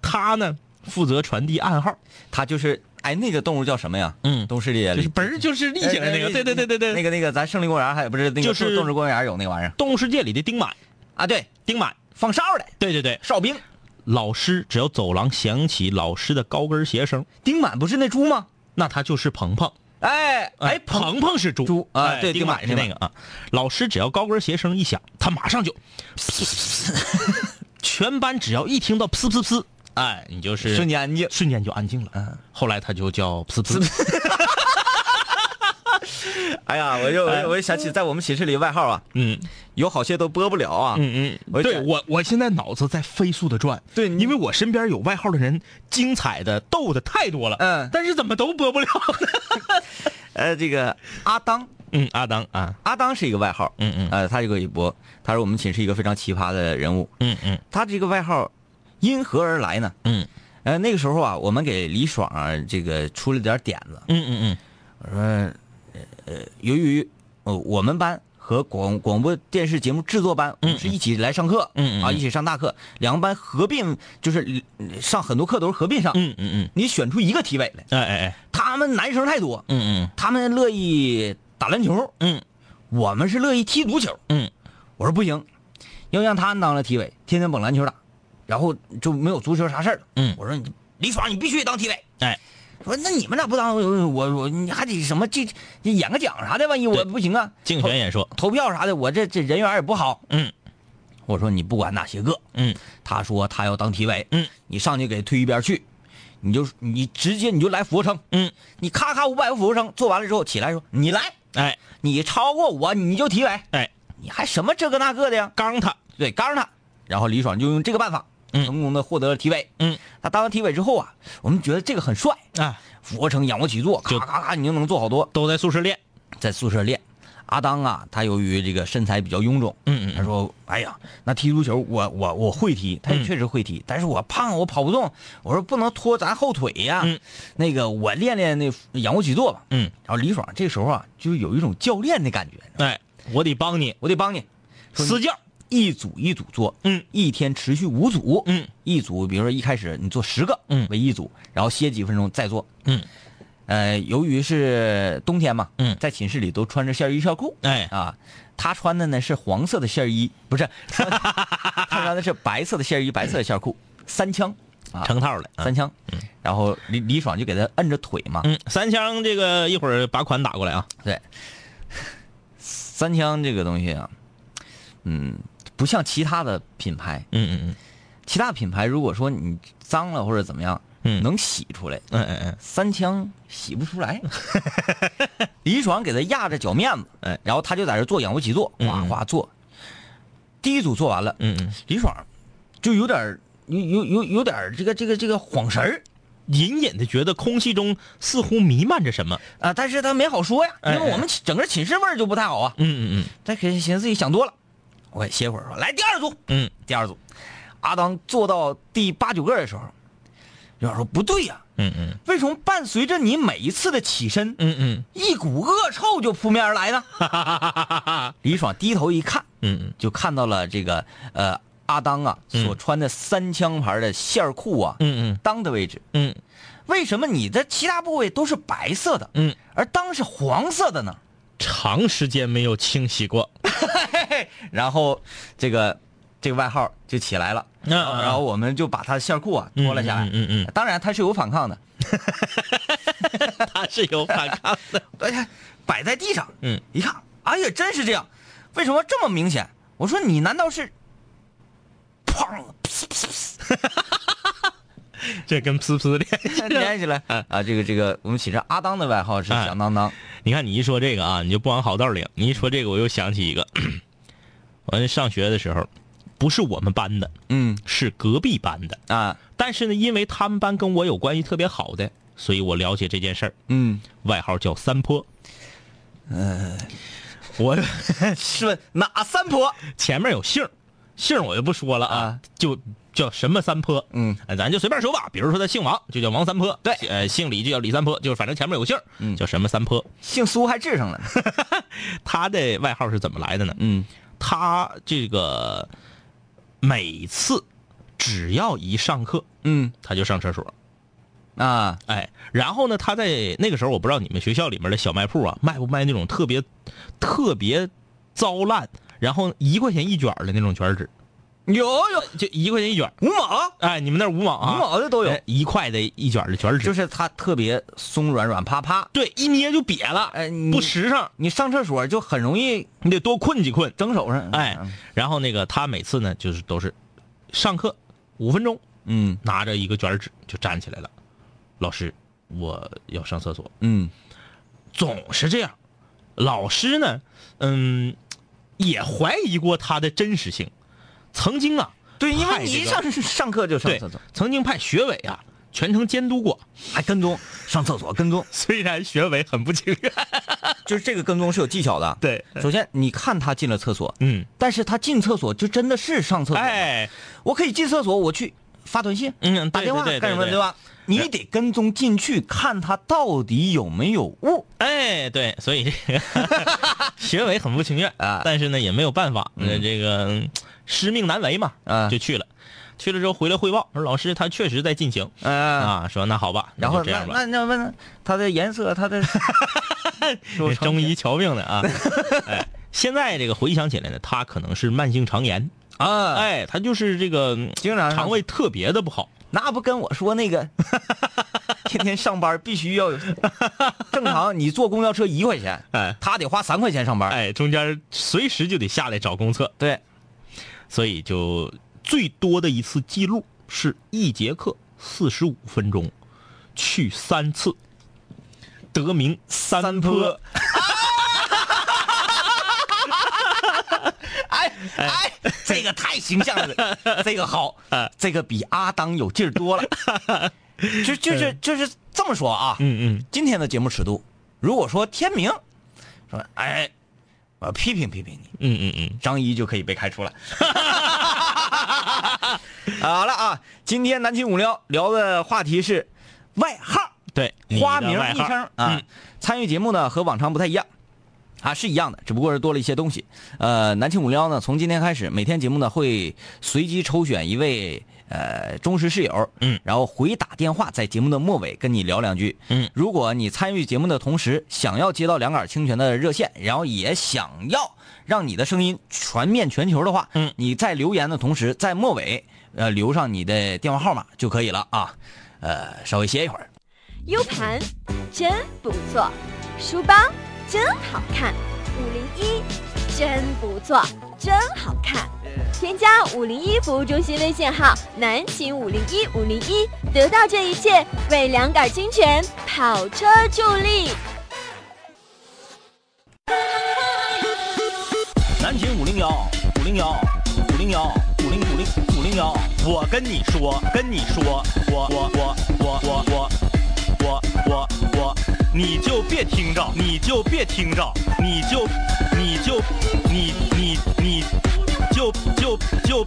Speaker 4: 他呢负责传递暗号，
Speaker 3: 他就是哎，那个动物叫什么呀？
Speaker 4: 嗯
Speaker 3: 东势力也
Speaker 4: 就是嘣儿就是立起来那个，对对对对对，
Speaker 3: 哎那个那个，咱胜利公园还不是那个
Speaker 4: 就是
Speaker 3: 动物公园有那玩意儿
Speaker 4: 动物世界里的丁满，
Speaker 3: 啊？对，
Speaker 4: 丁满，
Speaker 3: 放哨的
Speaker 4: 对对对，
Speaker 3: 哨兵
Speaker 4: 老师只要走廊响起老师的高跟鞋声，
Speaker 3: 丁满不是那猪吗？
Speaker 4: 那他就是鹏鹏。
Speaker 3: 哎
Speaker 4: 哎，
Speaker 3: 哎，
Speaker 4: 鹏鹏是猪，
Speaker 3: 猪啊
Speaker 4: 哎
Speaker 3: 对
Speaker 4: 丁满是
Speaker 3: 丁满
Speaker 4: 那个啊。老师只要高跟鞋声一响，他马上就，全班只要一听到噗噗噗，哎，你就是
Speaker 3: 瞬间安静。
Speaker 4: 瞬间就安静了。后来他就叫噗噗。
Speaker 3: 哎呀，我就我就我就想起在我们寝室里外号啊，
Speaker 4: 嗯
Speaker 3: 有好些都播不了啊。
Speaker 4: 嗯
Speaker 3: 我
Speaker 4: 嗯，
Speaker 3: 就
Speaker 4: 对我我现在脑子在飞速的转，
Speaker 3: 对你
Speaker 4: 因为我身边有外号的人，精彩的、逗的太多了，
Speaker 3: 嗯
Speaker 4: 但是怎么都播不了呢？
Speaker 3: 呃，这个阿当，
Speaker 4: 嗯，阿当啊，
Speaker 3: 阿当是一个外号，
Speaker 4: 嗯嗯
Speaker 3: 呃，他就可以播，他是我们寝室一个非常奇葩的人物。
Speaker 4: 嗯嗯
Speaker 3: 他这个外号因何而来呢？
Speaker 4: 嗯
Speaker 3: 呃，那个时候啊，我们给李爽、啊、这个出了点点子，
Speaker 4: 嗯嗯
Speaker 3: 我说呃，由于呃我们班和广广播电视节目制作班，我们是一起来上课，
Speaker 4: 嗯嗯嗯
Speaker 3: 啊，
Speaker 4: 嗯
Speaker 3: 一起上大课，两个班合并，就是呃上很多课都是合并上，
Speaker 4: 嗯嗯
Speaker 3: 你选出一个体委来，
Speaker 4: 嗯，哎哎哎，
Speaker 3: 他们男生太多，
Speaker 4: 嗯
Speaker 3: 他们乐意打篮球，
Speaker 4: 嗯
Speaker 3: 我们是乐意踢足球，
Speaker 4: 嗯
Speaker 3: 我说不行，要让他当了体委，天天捧篮球打，然后就没有足球啥事儿了。
Speaker 4: 嗯
Speaker 3: 我说你李爽，你必须得当体委。
Speaker 4: 哎，
Speaker 3: 说那你们俩不当，我我我你还得什么这这演个讲啥的，万一我
Speaker 4: 对
Speaker 3: 不行啊，
Speaker 4: 竞选演说，
Speaker 3: 投票啥的，我这这人缘也不好。
Speaker 4: 嗯
Speaker 3: 我说你不管哪些个，
Speaker 4: 嗯
Speaker 3: 他说他要当体委，
Speaker 4: 嗯，
Speaker 3: 你上去给推一边去，你就你直接你就来俯卧撑，
Speaker 4: 嗯，
Speaker 3: 你咔咔五百个俯卧撑做完了之后起来说你来，
Speaker 4: 哎
Speaker 3: 你超过我你就体委，
Speaker 4: 哎，
Speaker 3: 你还什么这个那个的呀？
Speaker 4: 刚他，
Speaker 3: 对，刚他。然后李爽就用这个办法，
Speaker 4: 嗯
Speaker 3: 成功的获得了体委。
Speaker 4: 嗯，
Speaker 3: 他当完体委之后啊，我们觉得这个很帅，
Speaker 4: 啊，
Speaker 3: 俯卧撑、仰卧起坐，咔
Speaker 4: 就
Speaker 3: 咔咔，你就能做好多。
Speaker 4: 都在宿舍练，
Speaker 3: 在宿舍练，阿当啊，他由于这个身材比较臃肿，
Speaker 4: 嗯嗯
Speaker 3: 他说：“哎呀，那踢足球我我我会踢，
Speaker 4: 嗯
Speaker 3: 他也确实会踢，但是我胖，我跑不动。我说不能拖咱后腿呀，
Speaker 4: 嗯
Speaker 3: 那个我练练那仰卧起坐吧。”
Speaker 4: 嗯，
Speaker 3: 然后李爽这时候啊，就有一种教练的感觉，
Speaker 4: 哎，我得帮你，
Speaker 3: 我得帮你，说你
Speaker 4: 私教，
Speaker 3: 一组一组做，
Speaker 4: 嗯，
Speaker 3: 一天持续五组，
Speaker 4: 嗯，
Speaker 3: 一组比如说一开始你做十个，
Speaker 4: 嗯
Speaker 3: 为一组，然后歇几分钟再做，
Speaker 4: 嗯，
Speaker 3: 呃，由于是冬天嘛，
Speaker 4: 嗯
Speaker 3: 在寝室里都穿着线衣校裤，
Speaker 4: 哎
Speaker 3: 啊，他穿的呢是黄色的线衣，不是，穿他穿的是白色的线衣，白色的校裤，三枪啊，
Speaker 4: 成套的，
Speaker 3: 三枪，然后李李爽就给他摁着腿嘛，
Speaker 4: 嗯，三枪这个一会儿把款打过来啊，
Speaker 3: 对，三枪这个东西啊，嗯，不像其他的品牌，
Speaker 4: 嗯嗯
Speaker 3: 其他品牌如果说你脏了或者怎么样，
Speaker 4: 嗯
Speaker 3: 能洗出来，
Speaker 4: 嗯嗯嗯
Speaker 3: 三枪洗不出
Speaker 4: <laughs>
Speaker 3: 来。李爽给他压着脚面子，
Speaker 4: 哎，
Speaker 3: 然后他就在这做仰卧起坐，哗
Speaker 4: 嗯
Speaker 3: 哗做。第一组做完了，
Speaker 4: 嗯嗯，
Speaker 3: 李爽就有点儿有有有有点儿这个这个这个晃神儿
Speaker 4: 隐隐的觉得空气中似乎弥漫着什么，
Speaker 3: 啊，但是他没好说呀，因
Speaker 4: 哎
Speaker 3: 为我们寝整个寝室味儿就不太好啊。
Speaker 4: 嗯嗯
Speaker 3: 他可是寻思自己想多了，我歇会儿说来第二组，
Speaker 4: 嗯
Speaker 3: 第二组，阿当做到第八九个的时候，李爽说不对呀、
Speaker 4: 嗯嗯
Speaker 3: 为什么伴随着你每一次的起身，
Speaker 4: 嗯嗯
Speaker 3: 一股恶臭就扑面而来呢？
Speaker 4: <laughs>
Speaker 3: 李爽低头一看，
Speaker 4: 嗯
Speaker 3: 就看到了这个呃阿当啊
Speaker 4: 嗯
Speaker 3: 所穿的三枪牌的线裤啊，
Speaker 4: 嗯
Speaker 3: 裆的位置。
Speaker 4: 嗯
Speaker 3: 为什么你的其他部位都是白色的，
Speaker 4: 嗯，
Speaker 3: 而裆是黄色的呢？
Speaker 4: 长时间没有清洗 <laughs> 过，
Speaker 3: 然后这个这个外号就起来了，
Speaker 4: 嗯
Speaker 3: 然后然后我们就把他的线裤啊脱了下来，
Speaker 4: 嗯嗯嗯嗯
Speaker 3: 当然他是有反抗的，
Speaker 4: 他是有反抗的，
Speaker 3: 哎呀，摆在地上，
Speaker 4: 嗯，
Speaker 3: 一看，哎呀，真是这样，为什么这么明显？我说你难道是，砰， <laughs>
Speaker 4: 这跟呲呲的。
Speaker 3: 连起来啊？这个这个，我们起着阿当的外号是
Speaker 4: 哎
Speaker 3: 响当当，
Speaker 4: 你看你一说这个啊，你就不往好道领。你一说这个，我又想起一个， <clears throat> 我上学的时候，不是我们班的，
Speaker 3: 嗯
Speaker 4: 是隔壁班的。
Speaker 3: 啊，
Speaker 4: 但是呢，因为他们班跟我有关系特别好的，所以我了解这件事儿，
Speaker 3: 嗯， <laughs>
Speaker 4: 外号叫三坡。嗯，我 <laughs>
Speaker 3: 是哪三婆？
Speaker 4: 前面有姓儿，姓儿我就不说了
Speaker 3: 啊
Speaker 4: 啊，就叫什么三坡。
Speaker 3: 嗯
Speaker 4: 呃，咱就随便说吧，比如说他姓王，就叫王三坡；对，呃，姓李就叫李三坡，就是反正前面有姓儿，
Speaker 3: 嗯
Speaker 4: 叫什么三坡。 <laughs>
Speaker 3: 姓苏还治上了呢，
Speaker 4: 他的外号是怎么来的呢？
Speaker 3: 嗯
Speaker 4: 他这个每次只要一上课，
Speaker 3: 嗯
Speaker 4: 他就上厕所。
Speaker 3: 啊，
Speaker 4: 哎，然后呢，他在那个时候，我不知道你们学校里面的小卖铺啊，卖不卖那种特别特别糟烂，然后一块钱一卷儿的那种卷纸，
Speaker 3: 有有
Speaker 4: 就一块钱一卷儿。
Speaker 3: 五毛
Speaker 4: 哎，你们那儿五毛
Speaker 3: 五
Speaker 4: 啊？
Speaker 3: 毛的都有
Speaker 4: 哎，一块的一卷儿的卷纸，
Speaker 3: 就是它特别松软软趴趴，
Speaker 4: 对，一捏就瘪了，
Speaker 3: 哎你
Speaker 4: 不时尚，
Speaker 3: 你上厕所就很容易
Speaker 4: 你得多困几困。
Speaker 3: 整手上，嗯
Speaker 4: 哎，然后那个他每次呢，就是都是上课五分钟，
Speaker 3: 嗯
Speaker 4: 拿着一个卷纸就站起来了，老师，我要上厕所，
Speaker 3: 嗯
Speaker 4: 总是这样。老师呢，嗯，也怀疑过他的真实性。曾经啊，
Speaker 3: 对，因为
Speaker 4: 派
Speaker 3: 你
Speaker 4: 这
Speaker 3: 一
Speaker 4: 个
Speaker 3: 上上课就上
Speaker 4: 对
Speaker 3: 厕所，，
Speaker 4: 曾经派学委啊全程监督过。
Speaker 3: 还跟踪上厕所跟踪，
Speaker 4: 虽然学委很不情愿，
Speaker 3: 就是这个跟踪是有技巧的。
Speaker 4: 对
Speaker 3: 首先你看他进了厕所，
Speaker 4: 嗯，
Speaker 3: 但是他进厕所就真的是上厕所。，
Speaker 4: 哎，
Speaker 3: 我可以进厕所，我去发短信、
Speaker 4: 嗯，
Speaker 3: 打
Speaker 4: 对
Speaker 3: 电话
Speaker 4: 对对
Speaker 3: 干什么，
Speaker 4: 对
Speaker 3: 对吧？你得跟踪进去看他到底有没有误。
Speaker 4: 哎，对，所以 <laughs> 这个学委很不情愿
Speaker 3: 啊
Speaker 4: 但是呢也没有办法，那、这个嗯师命难违嘛，
Speaker 3: 啊
Speaker 4: 就去了。去了之后回来汇报，说老师他确实在进行，
Speaker 3: 嗯、
Speaker 4: 啊，说那好吧，那
Speaker 3: 然后
Speaker 4: 就这
Speaker 3: 那
Speaker 4: 样吧。
Speaker 3: 那那问他的颜色，他
Speaker 4: <laughs>
Speaker 3: 的
Speaker 4: 这中医瞧病
Speaker 3: <laughs>
Speaker 4: 的啊，哎，现在这个回想起来呢，他可能是慢性肠炎，
Speaker 3: 啊，
Speaker 4: 哎，他就是这个嗯
Speaker 3: 经常
Speaker 4: 肠胃特别的不好，
Speaker 3: 那不跟我说那个，天天上班必须
Speaker 4: <laughs>
Speaker 3: 要有正常，你坐公交车一块钱，
Speaker 4: 哎
Speaker 3: 他得花三块钱上班。
Speaker 4: 哎，中间随时就得下来找公厕，
Speaker 3: 对，
Speaker 4: 所以就最多的一次记录是一节课四十五分钟，去三次，得名三
Speaker 3: 坡
Speaker 4: 坡。
Speaker 3: <laughs> 哎哎，这个太形象了，
Speaker 4: 哎
Speaker 3: 这个好，这个比阿当有劲儿多
Speaker 4: <laughs>
Speaker 3: 了。就就是就是这么说啊，
Speaker 4: 哎嗯嗯，
Speaker 3: 今天的节目尺度，如果说天明说哎，我批评批评你，
Speaker 4: 嗯嗯嗯，
Speaker 3: 张一就可以被开除
Speaker 4: <laughs>
Speaker 3: 了。好了啊，今天南秦五零幺聊的话题是外号、
Speaker 4: 对，
Speaker 3: 花
Speaker 4: 你
Speaker 3: 名
Speaker 4: 的外、
Speaker 3: 昵
Speaker 4: 号
Speaker 3: 称啊。参与节目呢和往常不太一样。啊，是一样的，只不过是多了一些东西。呃，南庆五零幺呢，从今天开始，每天节目呢会随机抽选一位呃忠实室友，
Speaker 4: 嗯，
Speaker 3: 然后回打电话，在节目的末尾跟你聊两句，
Speaker 4: 嗯
Speaker 3: 如果你参与节目的同时，想要接到两杆清泉的热线，然后也想要让你的声音传遍全球的话，
Speaker 4: 嗯，
Speaker 3: 你在留言的同时，在末尾呃留上你的电话号码就可以了啊。呃，稍微歇一会儿。
Speaker 2: ，U 盘真不错，书包真好看，五零一真不错，真好看。添加五零一服务中心微信号南秦五零一五零一，得到这一切，为两杆清泉跑车助力。
Speaker 4: 南秦五零幺五零幺五零幺五零五零五零幺，我跟你说，跟你说，我我我我我我我我我，你就别听着，你就别听着，你就你就你你你就就就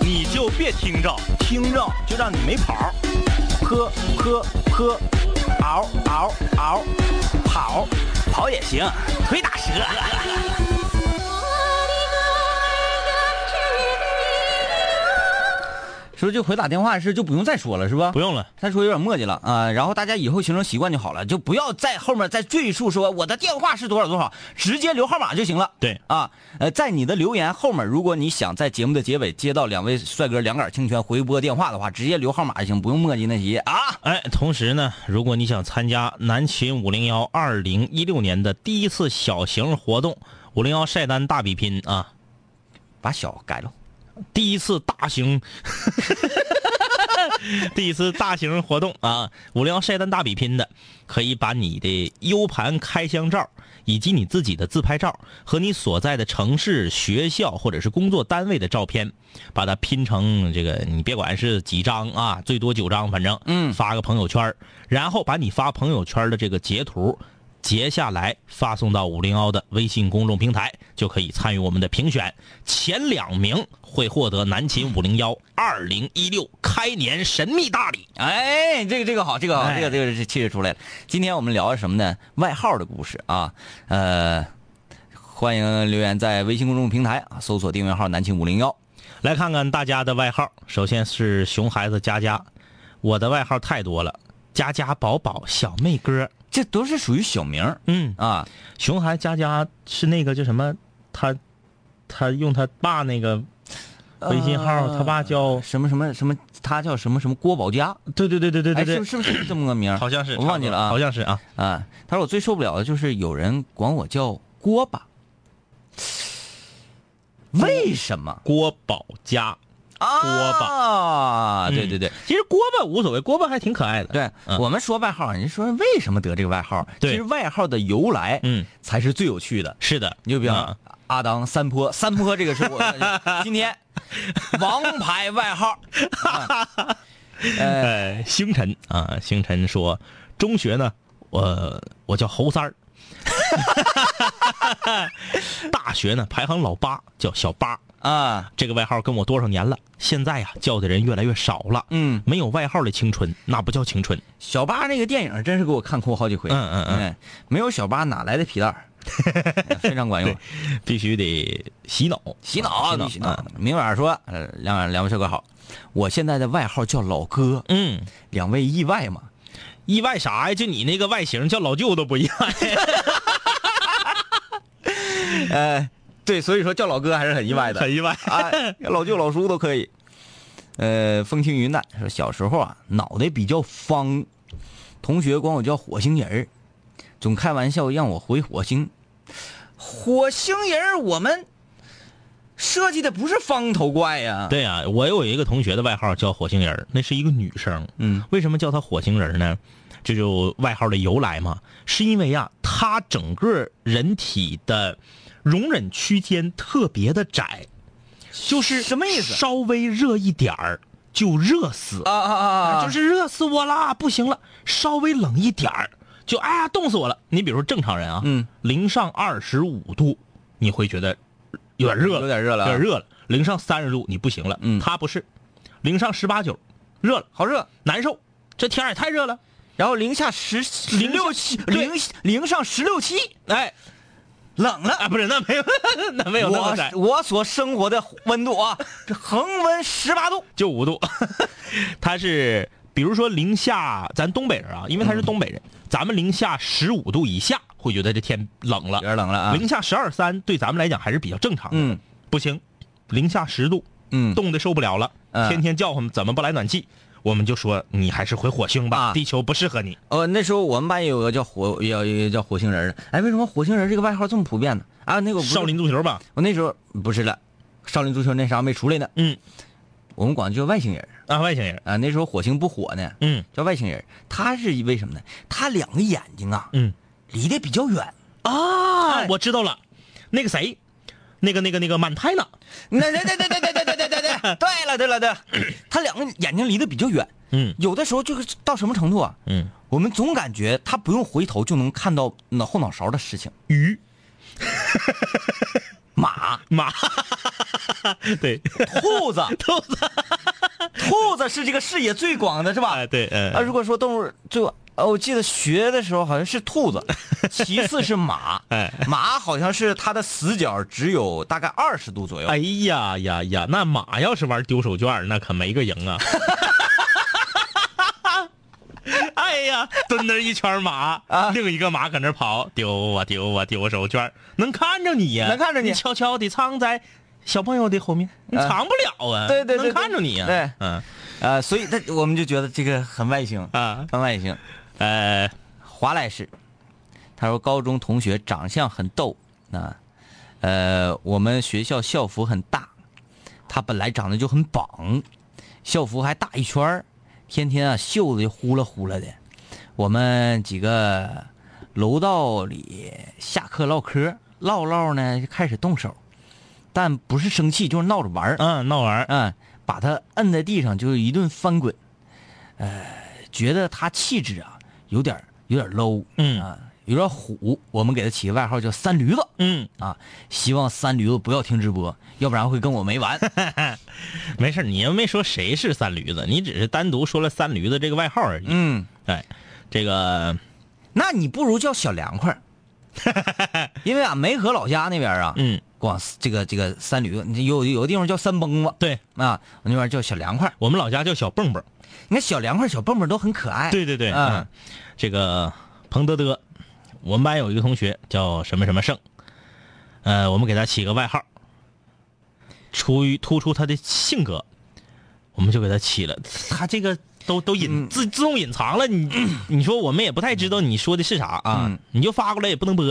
Speaker 4: 你就别听着，听着就让你没跑儿，喝喝喝，嗷嗷嗷，跑跑也行，腿打折。
Speaker 3: 是不是就回打电话的事就不用再说了，是吧？
Speaker 4: 不用了。
Speaker 3: 再说有点墨迹了啊、然后大家以后形成习惯就好了，就不要在后面再赘述说我的电话是多少多少，直接留号码就行了。
Speaker 4: 对
Speaker 3: 啊，呃，在你的留言后面，如果你想在节目的结尾接到两位帅哥两杆清泉回拨电话的话，直接留号码就行，不用墨迹那些啊。
Speaker 4: 哎，同时呢，如果你想参加南秦五零幺二零一六年的第一次小型活动“五零幺晒单大比拼”啊，
Speaker 3: 把小改了，
Speaker 4: 第一次大型， <laughs> 第一次大型活动啊，“五零幺晒单大比拼”的，可以把你的 U 盘开箱照以及你自己的自拍照和你所在的城市、学校或者是工作单位的照片，把它拼成这个，你别管是几张啊，最多九张，反正
Speaker 3: 嗯
Speaker 4: 发个朋友圈儿，然后把你发朋友圈儿的这个截图截下来，发送到五零幺的微信公众平台，就可以参与我们的评选，前两名会获得南秦五零幺二零一六开年神秘大礼。
Speaker 3: 哎，这个这个好，这个好，
Speaker 4: 哎
Speaker 3: 这个这个这气质出来了。今天我们聊的什么呢？外号的故事啊，呃，欢迎留言在微信公众平台啊，搜索订阅号南青五零幺。
Speaker 4: 来看看大家的外号，首先是熊孩子佳佳，我的外号太多了，佳佳宝宝小妹哥，
Speaker 3: 这都是属于小名儿
Speaker 4: 嗯，
Speaker 3: 啊，
Speaker 4: 熊孩子佳佳是那个叫什么？他他用他爸那个微信号，
Speaker 3: 呃
Speaker 4: 他爸叫
Speaker 3: 什么什么什么，他叫什么什么郭宝佳，
Speaker 4: 对对对对对对
Speaker 3: 哎，
Speaker 4: 对，
Speaker 3: 是不是是不是这么个名儿？
Speaker 4: 好像是
Speaker 3: 我忘记了啊
Speaker 4: 好像是啊，
Speaker 3: 啊，他说我最受不了的就是有人管我叫锅巴，为什么？
Speaker 4: 郭宝佳。
Speaker 3: 啊，
Speaker 4: 锅
Speaker 3: 巴啊对对对。
Speaker 4: 其实锅巴无所谓，锅巴还挺可爱的。
Speaker 3: 对、
Speaker 4: 嗯
Speaker 3: 我们说外号，人家说为什么得这个外号？
Speaker 4: 对
Speaker 3: 其实外号的由来，
Speaker 4: 嗯，
Speaker 3: 才是最有趣的。
Speaker 4: 是的，
Speaker 3: 你就比方、
Speaker 4: 啊
Speaker 3: 阿当三坡，三坡这个是我 <laughs> 今天王牌外 <laughs> 号。啊呃，
Speaker 4: 呃，星辰啊，星辰说，中学呢，我我叫侯 <laughs> 三儿，大学呢排行老八，叫小八，
Speaker 3: 啊，
Speaker 4: 这个外号跟我多少年了，现在呀、叫的人越来越少了。
Speaker 3: 嗯，
Speaker 4: 没有外号的青春，那不叫青春。
Speaker 3: 小八那个电影真是给我看哭好几回。
Speaker 4: 嗯嗯嗯
Speaker 3: 嗯，没有小八哪来的皮带 <laughs> 儿？非常管用，
Speaker 4: 哎必须得洗脑，
Speaker 3: 洗脑，啊
Speaker 4: 洗
Speaker 3: 洗脑
Speaker 4: 脑。。
Speaker 3: 明晚说，呃，两两位小哥好，我现在的外号叫老哥，
Speaker 4: 嗯，
Speaker 3: 两位意外吗？
Speaker 4: 意外啥呀？就你那个外形，叫老舅都不意外。
Speaker 3: 呃，对，所以说叫老哥还是很意外的，
Speaker 4: 很意外
Speaker 3: <laughs> 啊，老舅老叔都可以。呃，风轻云淡说小时候啊，脑袋比较方，同学管我叫火星人儿，总开玩笑让我回火星。火星人儿，我们设计的不是方头怪呀、
Speaker 4: 对呀、我有一个同学的外号叫火星人儿，那是一个女生。
Speaker 3: 嗯，
Speaker 4: 为什么叫她火星人呢？这就外号的由来嘛，是因为呀、她整个人体的容忍区间特别的窄，就是
Speaker 3: 什么意思
Speaker 4: 稍微热一点儿就热死，
Speaker 3: 啊啊啊啊！
Speaker 4: 就是热死我啦，不行了，稍微冷一点儿就哎呀冻死我了。你比如说正常人啊，
Speaker 3: 嗯，
Speaker 4: 零上二十五度，你会觉得有点热了，
Speaker 3: 有点热了啊
Speaker 4: 有点热了。零上三十度你不行了，
Speaker 3: 嗯
Speaker 4: 他不是，零上十八九，热了，
Speaker 3: 好热。
Speaker 4: 难受，这天儿也太热了。
Speaker 3: 然后零下十十
Speaker 4: 零
Speaker 3: 六
Speaker 4: 下
Speaker 3: 七
Speaker 4: 对
Speaker 3: 零零上十六七，
Speaker 4: 哎，
Speaker 3: 冷了。
Speaker 4: 啊，不是，那没有， <laughs> 那没有那么窄
Speaker 3: 我，我所生活的温度啊， <laughs> 这恒温十八度。
Speaker 4: 就五度。 <laughs> 他是，比如说零下，咱东北人啊，因为
Speaker 3: 嗯
Speaker 4: 他是东北人，咱们零下十五度以下会觉得这天冷了
Speaker 3: 有，点冷了啊。
Speaker 4: 零下十二三对咱们来讲还是比较正常的。
Speaker 3: 嗯，
Speaker 4: 不行，零下十度，
Speaker 3: 嗯
Speaker 4: 冻得受不了了，
Speaker 3: 嗯
Speaker 4: 天天叫唤怎么不来暖气，我们就说你还是回火星吧，
Speaker 3: 啊
Speaker 4: 地球不适合你。
Speaker 3: 哦，那时候我们班也有个叫火，有有叫火星人的。哎，为什么火星人这个外号这么普遍呢？啊，那个不是
Speaker 4: 少林，足球吧，
Speaker 3: 我那时候不是了，少林足球那啥没出来呢。
Speaker 4: 嗯，
Speaker 3: 我们管叫外星人
Speaker 4: 啊，外星人，
Speaker 3: 啊。那时候火星不火呢，
Speaker 4: 嗯
Speaker 3: 叫外星人。他是为什么呢？他两个眼睛啊，
Speaker 4: 嗯
Speaker 3: 离得比较远。
Speaker 4: 啊
Speaker 3: 哎，
Speaker 4: 我知道了，那个谁，那个那个那个满泰勒，
Speaker 3: 那对对对对对对对对对对，对了对了对了，他两个眼睛离得比较远。
Speaker 4: 嗯
Speaker 3: 有的时候这个到什么程度啊？
Speaker 4: 嗯，
Speaker 3: 我们总感觉他不用回头就能看到脑后脑勺的事情。
Speaker 4: 鱼
Speaker 3: 马、
Speaker 4: 马， <laughs> 对，
Speaker 3: 兔
Speaker 4: <laughs>
Speaker 3: 子、兔子、兔子是这个视野最广的，是吧
Speaker 4: 哎？对，
Speaker 3: 啊，
Speaker 4: 嗯，
Speaker 3: 如果说动物最，呃，我记得学的时候好像是兔
Speaker 4: <laughs>
Speaker 3: 子，其次是马，
Speaker 4: 哎
Speaker 3: 马好像是它的死角只有大概二十度左右。
Speaker 4: <laughs> 哎呀呀呀，那马要是玩丢手绢儿，那可没个赢啊。 <laughs> 哎呀，蹲那儿一圈马，
Speaker 3: 啊
Speaker 4: 另一个马搁那儿跑，丢啊丢啊丢手绢儿，能看着你呀、
Speaker 3: 能看着你
Speaker 4: 悄悄地藏在小朋友的后面，你
Speaker 3: 啊
Speaker 4: 藏不了啊，
Speaker 3: 对对对
Speaker 4: 能看着你呀、
Speaker 3: 对
Speaker 4: 嗯
Speaker 3: 呃，所以它我们就觉得这个很外星，
Speaker 4: 啊，
Speaker 3: 很外星。
Speaker 4: 呃，
Speaker 3: 华莱士，他说高中同学长相很逗啊，呃，我们学校校服很大，他本来长得就很绑，校服还大一圈儿天天啊袖子就呼啦呼啦的。我们几个楼道里下课唠嗑，唠唠呢就开始动手，但不是生气就是闹着玩儿
Speaker 4: 嗯，闹玩儿，
Speaker 3: 嗯，把他摁在地上就是一顿翻滚，呃，觉得他气质啊有点儿有点儿 low，
Speaker 4: 嗯
Speaker 3: 啊，有点儿虎，我们给他起个外号叫三驴子
Speaker 4: 嗯，
Speaker 3: 啊，希望三驴子不要听直播，要不然会跟我没
Speaker 4: <laughs>
Speaker 3: 完。
Speaker 4: 没事儿，你又没说谁是三驴子，你只是单独说了三驴子这个外号而已。
Speaker 3: 嗯，
Speaker 4: 哎，这个，
Speaker 3: 那你不如叫小凉快儿，
Speaker 4: <laughs>
Speaker 3: 因为啊，梅河老家那边啊，
Speaker 4: 嗯，
Speaker 3: 光这个这个三驴子，你有有的地方叫三蹦子。
Speaker 4: 对
Speaker 3: 啊，我那边叫小凉快儿，
Speaker 4: 我们老家叫小蹦蹦。
Speaker 3: 你看小凉快儿、小蹦蹦都很可爱。
Speaker 4: 对对对，
Speaker 3: 嗯，
Speaker 4: 这个彭德德，我们班有一个同学叫什么什么胜，呃，我们给他起个外号，出于突出他的性格，我们就给他起了。他这个都都
Speaker 3: 嗯
Speaker 4: 隐、自自动隐藏了，
Speaker 3: <clears throat>
Speaker 4: 你、你说我们也不太知道你说的是啥啊，
Speaker 3: 嗯
Speaker 4: 你就发过来也不能播。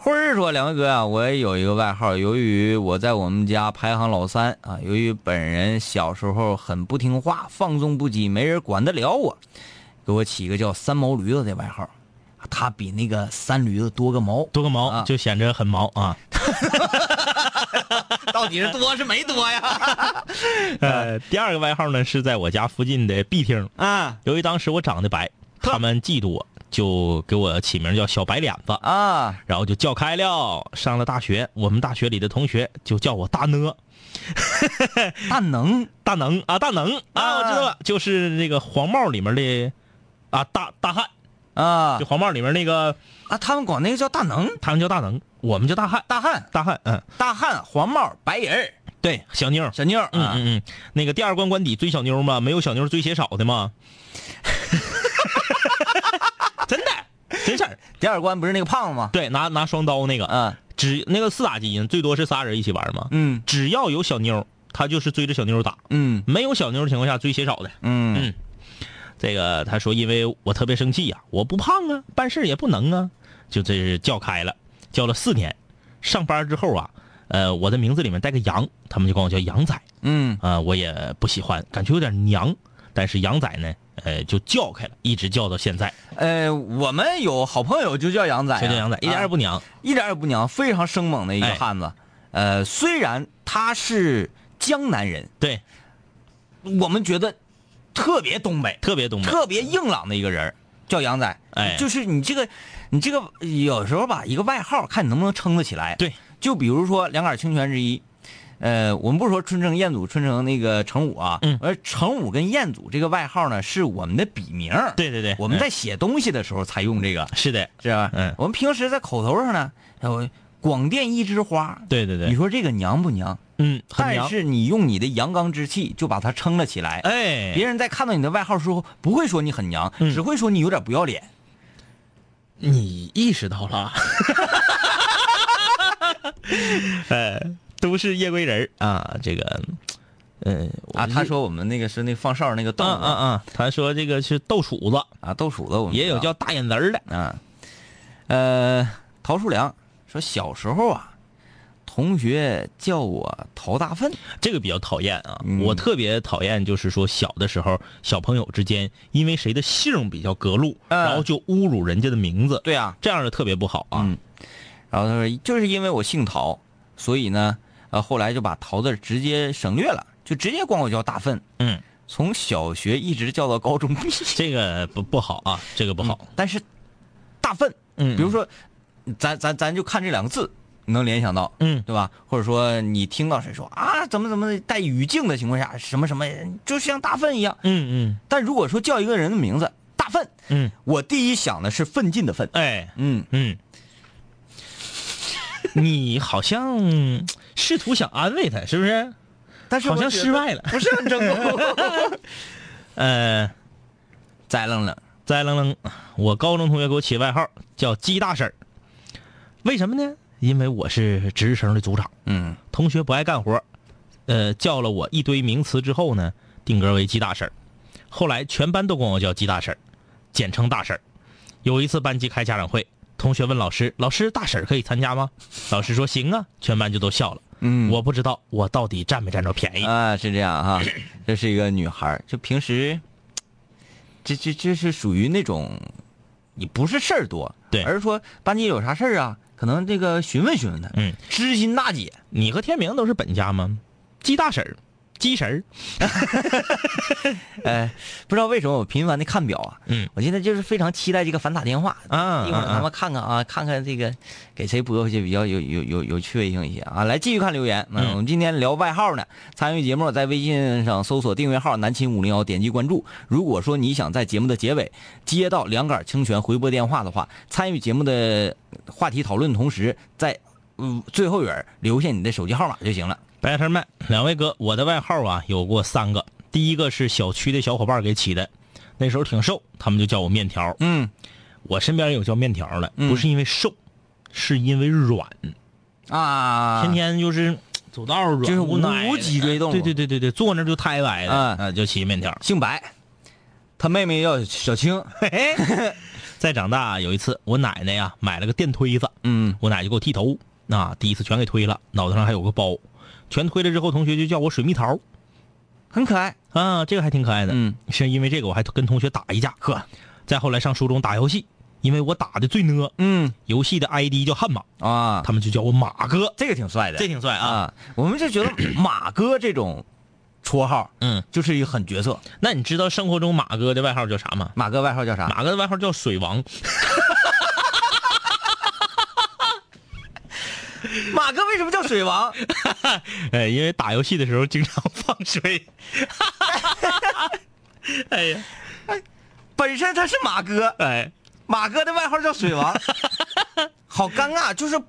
Speaker 3: 辉儿说：“两位哥啊，我也有一个外号，由于我在我们家排行老三啊，由于本人小时候很不听话，放纵不羁，没人管得了我，给我起一个叫三毛驴子的外号。他比那个三驴子多个毛，
Speaker 4: 多个毛、
Speaker 3: 啊
Speaker 4: 就显着很毛啊，
Speaker 3: 啊到底是多是没多呀？嗯
Speaker 4: 呃，第二个外号呢是在我家附近的 B 厅，
Speaker 3: 啊，
Speaker 4: 由于当时我长得白，他们嫉妒我，就给我起名叫小白脸子，
Speaker 3: 啊，
Speaker 4: 然后就叫开了。上了大学，我们大学里的同学就叫我大呢。
Speaker 3: 大能
Speaker 4: 大能啊，大能啊，
Speaker 3: 啊
Speaker 4: 我知道了，就是那个黄帽里面的啊，大大汉，
Speaker 3: 啊
Speaker 4: 就黄帽里面那个，
Speaker 3: 啊，他们管那个叫大能、
Speaker 4: 他们叫大能，我们叫大汉，
Speaker 3: 大汉、
Speaker 4: 大汉，嗯，
Speaker 3: 大汉、黄帽、白人儿、
Speaker 4: 对，小妞儿，
Speaker 3: 小妞儿
Speaker 4: 嗯
Speaker 3: 啊，
Speaker 4: 嗯嗯，那个第二关关底追小妞儿嘛，没有小妞儿追鞋少的
Speaker 3: <laughs>
Speaker 4: 嘛，真的，真事儿，
Speaker 3: 第二关不是那个胖子吗？
Speaker 4: 对，拿拿双刀那个，
Speaker 3: 嗯
Speaker 4: 只那个四打几，最多是仨人一起玩嘛，
Speaker 3: 嗯
Speaker 4: 只要有小妞儿，他就是追着小妞儿打，
Speaker 3: 嗯
Speaker 4: 没有小妞儿的情况下追鞋少的。
Speaker 3: 嗯
Speaker 4: 嗯这个他说，因为我特别生气呀、我不胖啊，办事也不能啊，就这是叫开了，叫了四年。上班之后啊，呃，我的名字里面带个杨，他们就管我叫杨仔
Speaker 3: 嗯
Speaker 4: 啊、我也不喜欢，感觉有点娘。但是杨仔呢，呃，就叫开了，一直叫到现在，
Speaker 3: 呃，我们有好朋友就叫杨仔啊、
Speaker 4: 就叫杨仔，一点儿也
Speaker 3: 不
Speaker 4: 不娘。
Speaker 3: 一点儿也不娘，非常生猛的一个
Speaker 4: 哎
Speaker 3: 汉子。呃，虽然他是江南人，
Speaker 4: 对，
Speaker 3: 我们觉得特别东北，
Speaker 4: 特别懂北。
Speaker 3: 特别硬朗的一个人儿，叫杨仔。
Speaker 4: 哎
Speaker 3: 就是你这个，你这个有时候吧，一个外号看你能不能撑得起来。
Speaker 4: 对，
Speaker 3: 就比如说两杆清泉之一，呃，我们不说春城彦祖、春城那个程武啊，
Speaker 4: 嗯
Speaker 3: 而程武跟彦祖这个外号呢，是我们的笔名。，
Speaker 4: 对对对，
Speaker 3: 我们
Speaker 4: 嗯
Speaker 3: 在写东西的时候才用这个，
Speaker 4: 是的，
Speaker 3: 是吧？
Speaker 4: 嗯
Speaker 3: 我们平时在口头上呢，哎我广电一枝花。
Speaker 4: 对对
Speaker 3: 你
Speaker 4: 对，
Speaker 3: 说这个娘不娘？
Speaker 4: 嗯，很
Speaker 3: 但
Speaker 4: 娘。
Speaker 3: 是你用你的阳刚之气就把它撑了起来。
Speaker 4: 哎，
Speaker 3: 别人在看到你的外号的时候，不会说你很娘，
Speaker 4: 嗯
Speaker 3: 只会说你有点不要脸。
Speaker 4: 你意识到 <laughs> 了，呃，都市夜归人儿啊，这个，呃，
Speaker 3: 啊，他说我们那个是那放哨那个豆
Speaker 4: 啊啊
Speaker 3: 啊
Speaker 4: 啊，他说这个是豆杵子，
Speaker 3: 啊，豆鼠子我们
Speaker 4: 也有
Speaker 3: 知道
Speaker 4: 叫大眼子儿的，
Speaker 3: 啊，呃，陶树良说小时候啊，同学叫我陶大粪，
Speaker 4: 这个比较讨厌啊
Speaker 3: 嗯。
Speaker 4: 我特别讨厌，就是说小的时候，小朋友之间因为谁的姓比较隔路，
Speaker 3: 嗯
Speaker 4: 然后就侮辱人家的名字，
Speaker 3: 对啊，
Speaker 4: 这样的特别不好啊。
Speaker 3: 嗯，然后他说就是因为我姓陶，所以呢，呃，后来就把陶字直接省略了，就直接管我叫大粪，
Speaker 4: 嗯，
Speaker 3: 从小学一直叫到高中毕业，
Speaker 4: 这个不不好啊，这个不好。
Speaker 3: 但是大粪，
Speaker 4: 嗯
Speaker 3: 比如说，咱咱咱就看这两个字，你能联想到，
Speaker 4: 嗯
Speaker 3: 对吧？或者说你听到谁说啊，怎么怎么带语境的情况下，什么什么，就像大粪一样。
Speaker 4: 嗯
Speaker 3: 但如果说叫一个人的名字大粪，
Speaker 4: 嗯嗯，
Speaker 3: 我第一想的是奋进的奋，
Speaker 4: 哎，
Speaker 3: 嗯，
Speaker 4: 嗯，你好像试图想安慰他，是不是？
Speaker 3: 但是
Speaker 4: 好像
Speaker 3: 我觉得
Speaker 4: 失败了
Speaker 3: 不是很成
Speaker 4: <laughs>
Speaker 3: 功。
Speaker 4: 呃，
Speaker 3: 栽愣愣，
Speaker 4: 栽楞楞，我高中同学给我起外号叫鸡大婶儿，为什么呢？因为我是值日生的组长，
Speaker 3: 嗯，
Speaker 4: 同学不爱干活，呃，叫了我一堆名词之后呢，定格为鸡大婶儿。后来全班都管我叫鸡大婶儿，简称大婶儿。有一次班级开家长会，同学问老师：“老师，大婶儿可以参加吗？” <laughs> 老师说：“行啊。”全班就都笑了。
Speaker 3: 嗯
Speaker 4: 我不知道我到底占没占着便宜。
Speaker 3: 啊，是这样
Speaker 4: <clears throat>
Speaker 3: 哈，这是一个女孩儿，就平时，这这这是属于那种，你不是事儿多，
Speaker 4: 对
Speaker 3: 而是说班级有啥事儿啊，可能这个询问询问她，
Speaker 4: 嗯，
Speaker 3: 知心大
Speaker 4: <laughs>
Speaker 3: 姐，
Speaker 4: 你和天明都是本家吗？鸡大婶儿，鸡神儿。
Speaker 3: 哎，不知道为什么我频繁的看表啊，
Speaker 4: 嗯
Speaker 3: 我现在就是非常期待这个反打电话
Speaker 4: 啊
Speaker 3: 一会儿
Speaker 4: 啊啊
Speaker 3: 咱们看看啊，看看这个给谁拨回去比较有有有有趣味性一些啊。来继续看留言，嗯，
Speaker 4: 嗯
Speaker 3: 我们今天聊外号呢，参与节目在微信上搜索订阅号“南秦五零幺”，点击关注。如果说你想在节目的结尾接到两杆清泉回拨电话的话，参与节目的话题讨论，同时在嗯最后一人留下你的手机号码就行了。
Speaker 4: 白天麦，两位哥，我的外号啊有过三个，第一个是小区的小伙伴给起的，那时候挺瘦，他们就叫我面条。
Speaker 3: 嗯
Speaker 4: 我身边有叫面条的，
Speaker 3: 嗯
Speaker 4: 不是因为瘦，是因为软，
Speaker 3: 啊，
Speaker 4: 天天就是嘖走道儿软，
Speaker 3: 就是
Speaker 4: 无奈
Speaker 3: 无脊椎动物
Speaker 4: 对对对对对，坐那儿就胎歪的，
Speaker 3: 嗯
Speaker 4: 啊，就起面条。
Speaker 3: 姓白，他妹妹叫小青。
Speaker 4: 再长大有一次，我奶奶呀、买了个电推子，
Speaker 3: 嗯
Speaker 4: 我奶就给我剃头，啊，第一次全给推了，脑袋上还有个包，全推了之后，同学就叫我水蜜桃，
Speaker 3: 很可爱。
Speaker 4: 啊，这个还挺可爱的。
Speaker 3: 嗯，
Speaker 4: 是因为这个我还跟同学打一架，呵，再后来上初中打游戏，因为我打的最呢，
Speaker 3: 嗯
Speaker 4: 游戏的 ID 叫悍马，
Speaker 3: 啊，
Speaker 4: 他们就叫我马哥，
Speaker 3: 这个挺帅的，
Speaker 4: 这挺帅啊。
Speaker 3: <coughs> 啊，我们就觉得马哥这种绰号，
Speaker 4: 嗯，
Speaker 3: 就是一个狠角色。
Speaker 4: 那你知道生活中马哥的外号叫啥吗？
Speaker 3: 马哥外号叫啥？
Speaker 4: 马哥的外号叫水王。
Speaker 3: <laughs>
Speaker 4: <laughs>
Speaker 3: 马哥为什么叫水王？
Speaker 4: 哎，因为打游戏的时候经常放水。 <laughs> 哎呀，
Speaker 3: 本身他是马哥，
Speaker 4: 哎，
Speaker 3: 马哥的外号叫水 <laughs> 王，好尴尬，就是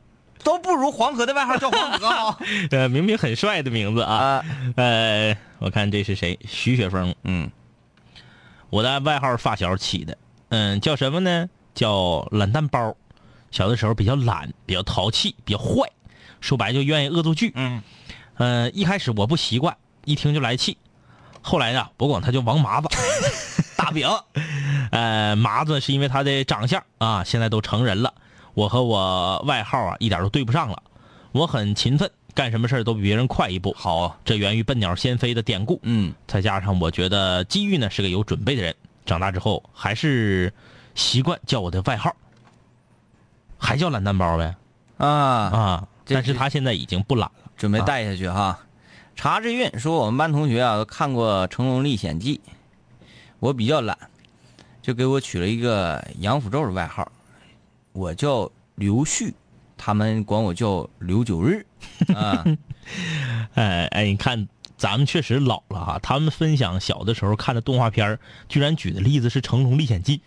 Speaker 3: 都不如黄河的外号叫黄河好。
Speaker 4: 呃，明明很帅的名字
Speaker 3: <laughs>
Speaker 4: 啊。
Speaker 3: 啊，
Speaker 4: 呃，我看这是谁？徐雪峰。
Speaker 3: 嗯，
Speaker 4: 我的外号是发小起的，嗯，叫什么呢？叫懒蛋包。小的时候比较懒，比较淘气，比较坏，说白就愿意恶作剧。
Speaker 3: 嗯，
Speaker 4: 呃，一开始我不习惯，一听就来气。后来呢，我管他叫王麻子，大饼。呃，麻子是因为他的长相啊，现在都成人了，我和我外号啊一点都对不上了。我很勤奋，干什么事儿都比别人快一步。好，这源于笨鸟先飞的典故。
Speaker 3: 嗯，
Speaker 4: 再加上我觉得机遇呢是个有准备的人，长大之后还是习惯叫我的外号，还叫懒蛋包呗
Speaker 3: 啊，
Speaker 4: 啊！
Speaker 3: 这
Speaker 4: 但是
Speaker 3: 这
Speaker 4: 他现在已经不懒了，
Speaker 3: 准备带下去哈。查志运说，我们班同学啊都看过《成龙历险记》，我比较懒，就给我取了一个杨符咒的外号，我叫刘旭，他们管我叫刘九日。啊，
Speaker 4: 哎哎，你看咱们确实老了哈。他们分享小的时候看的动画片儿居然举的例子是《成龙历险记》，《
Speaker 3: 《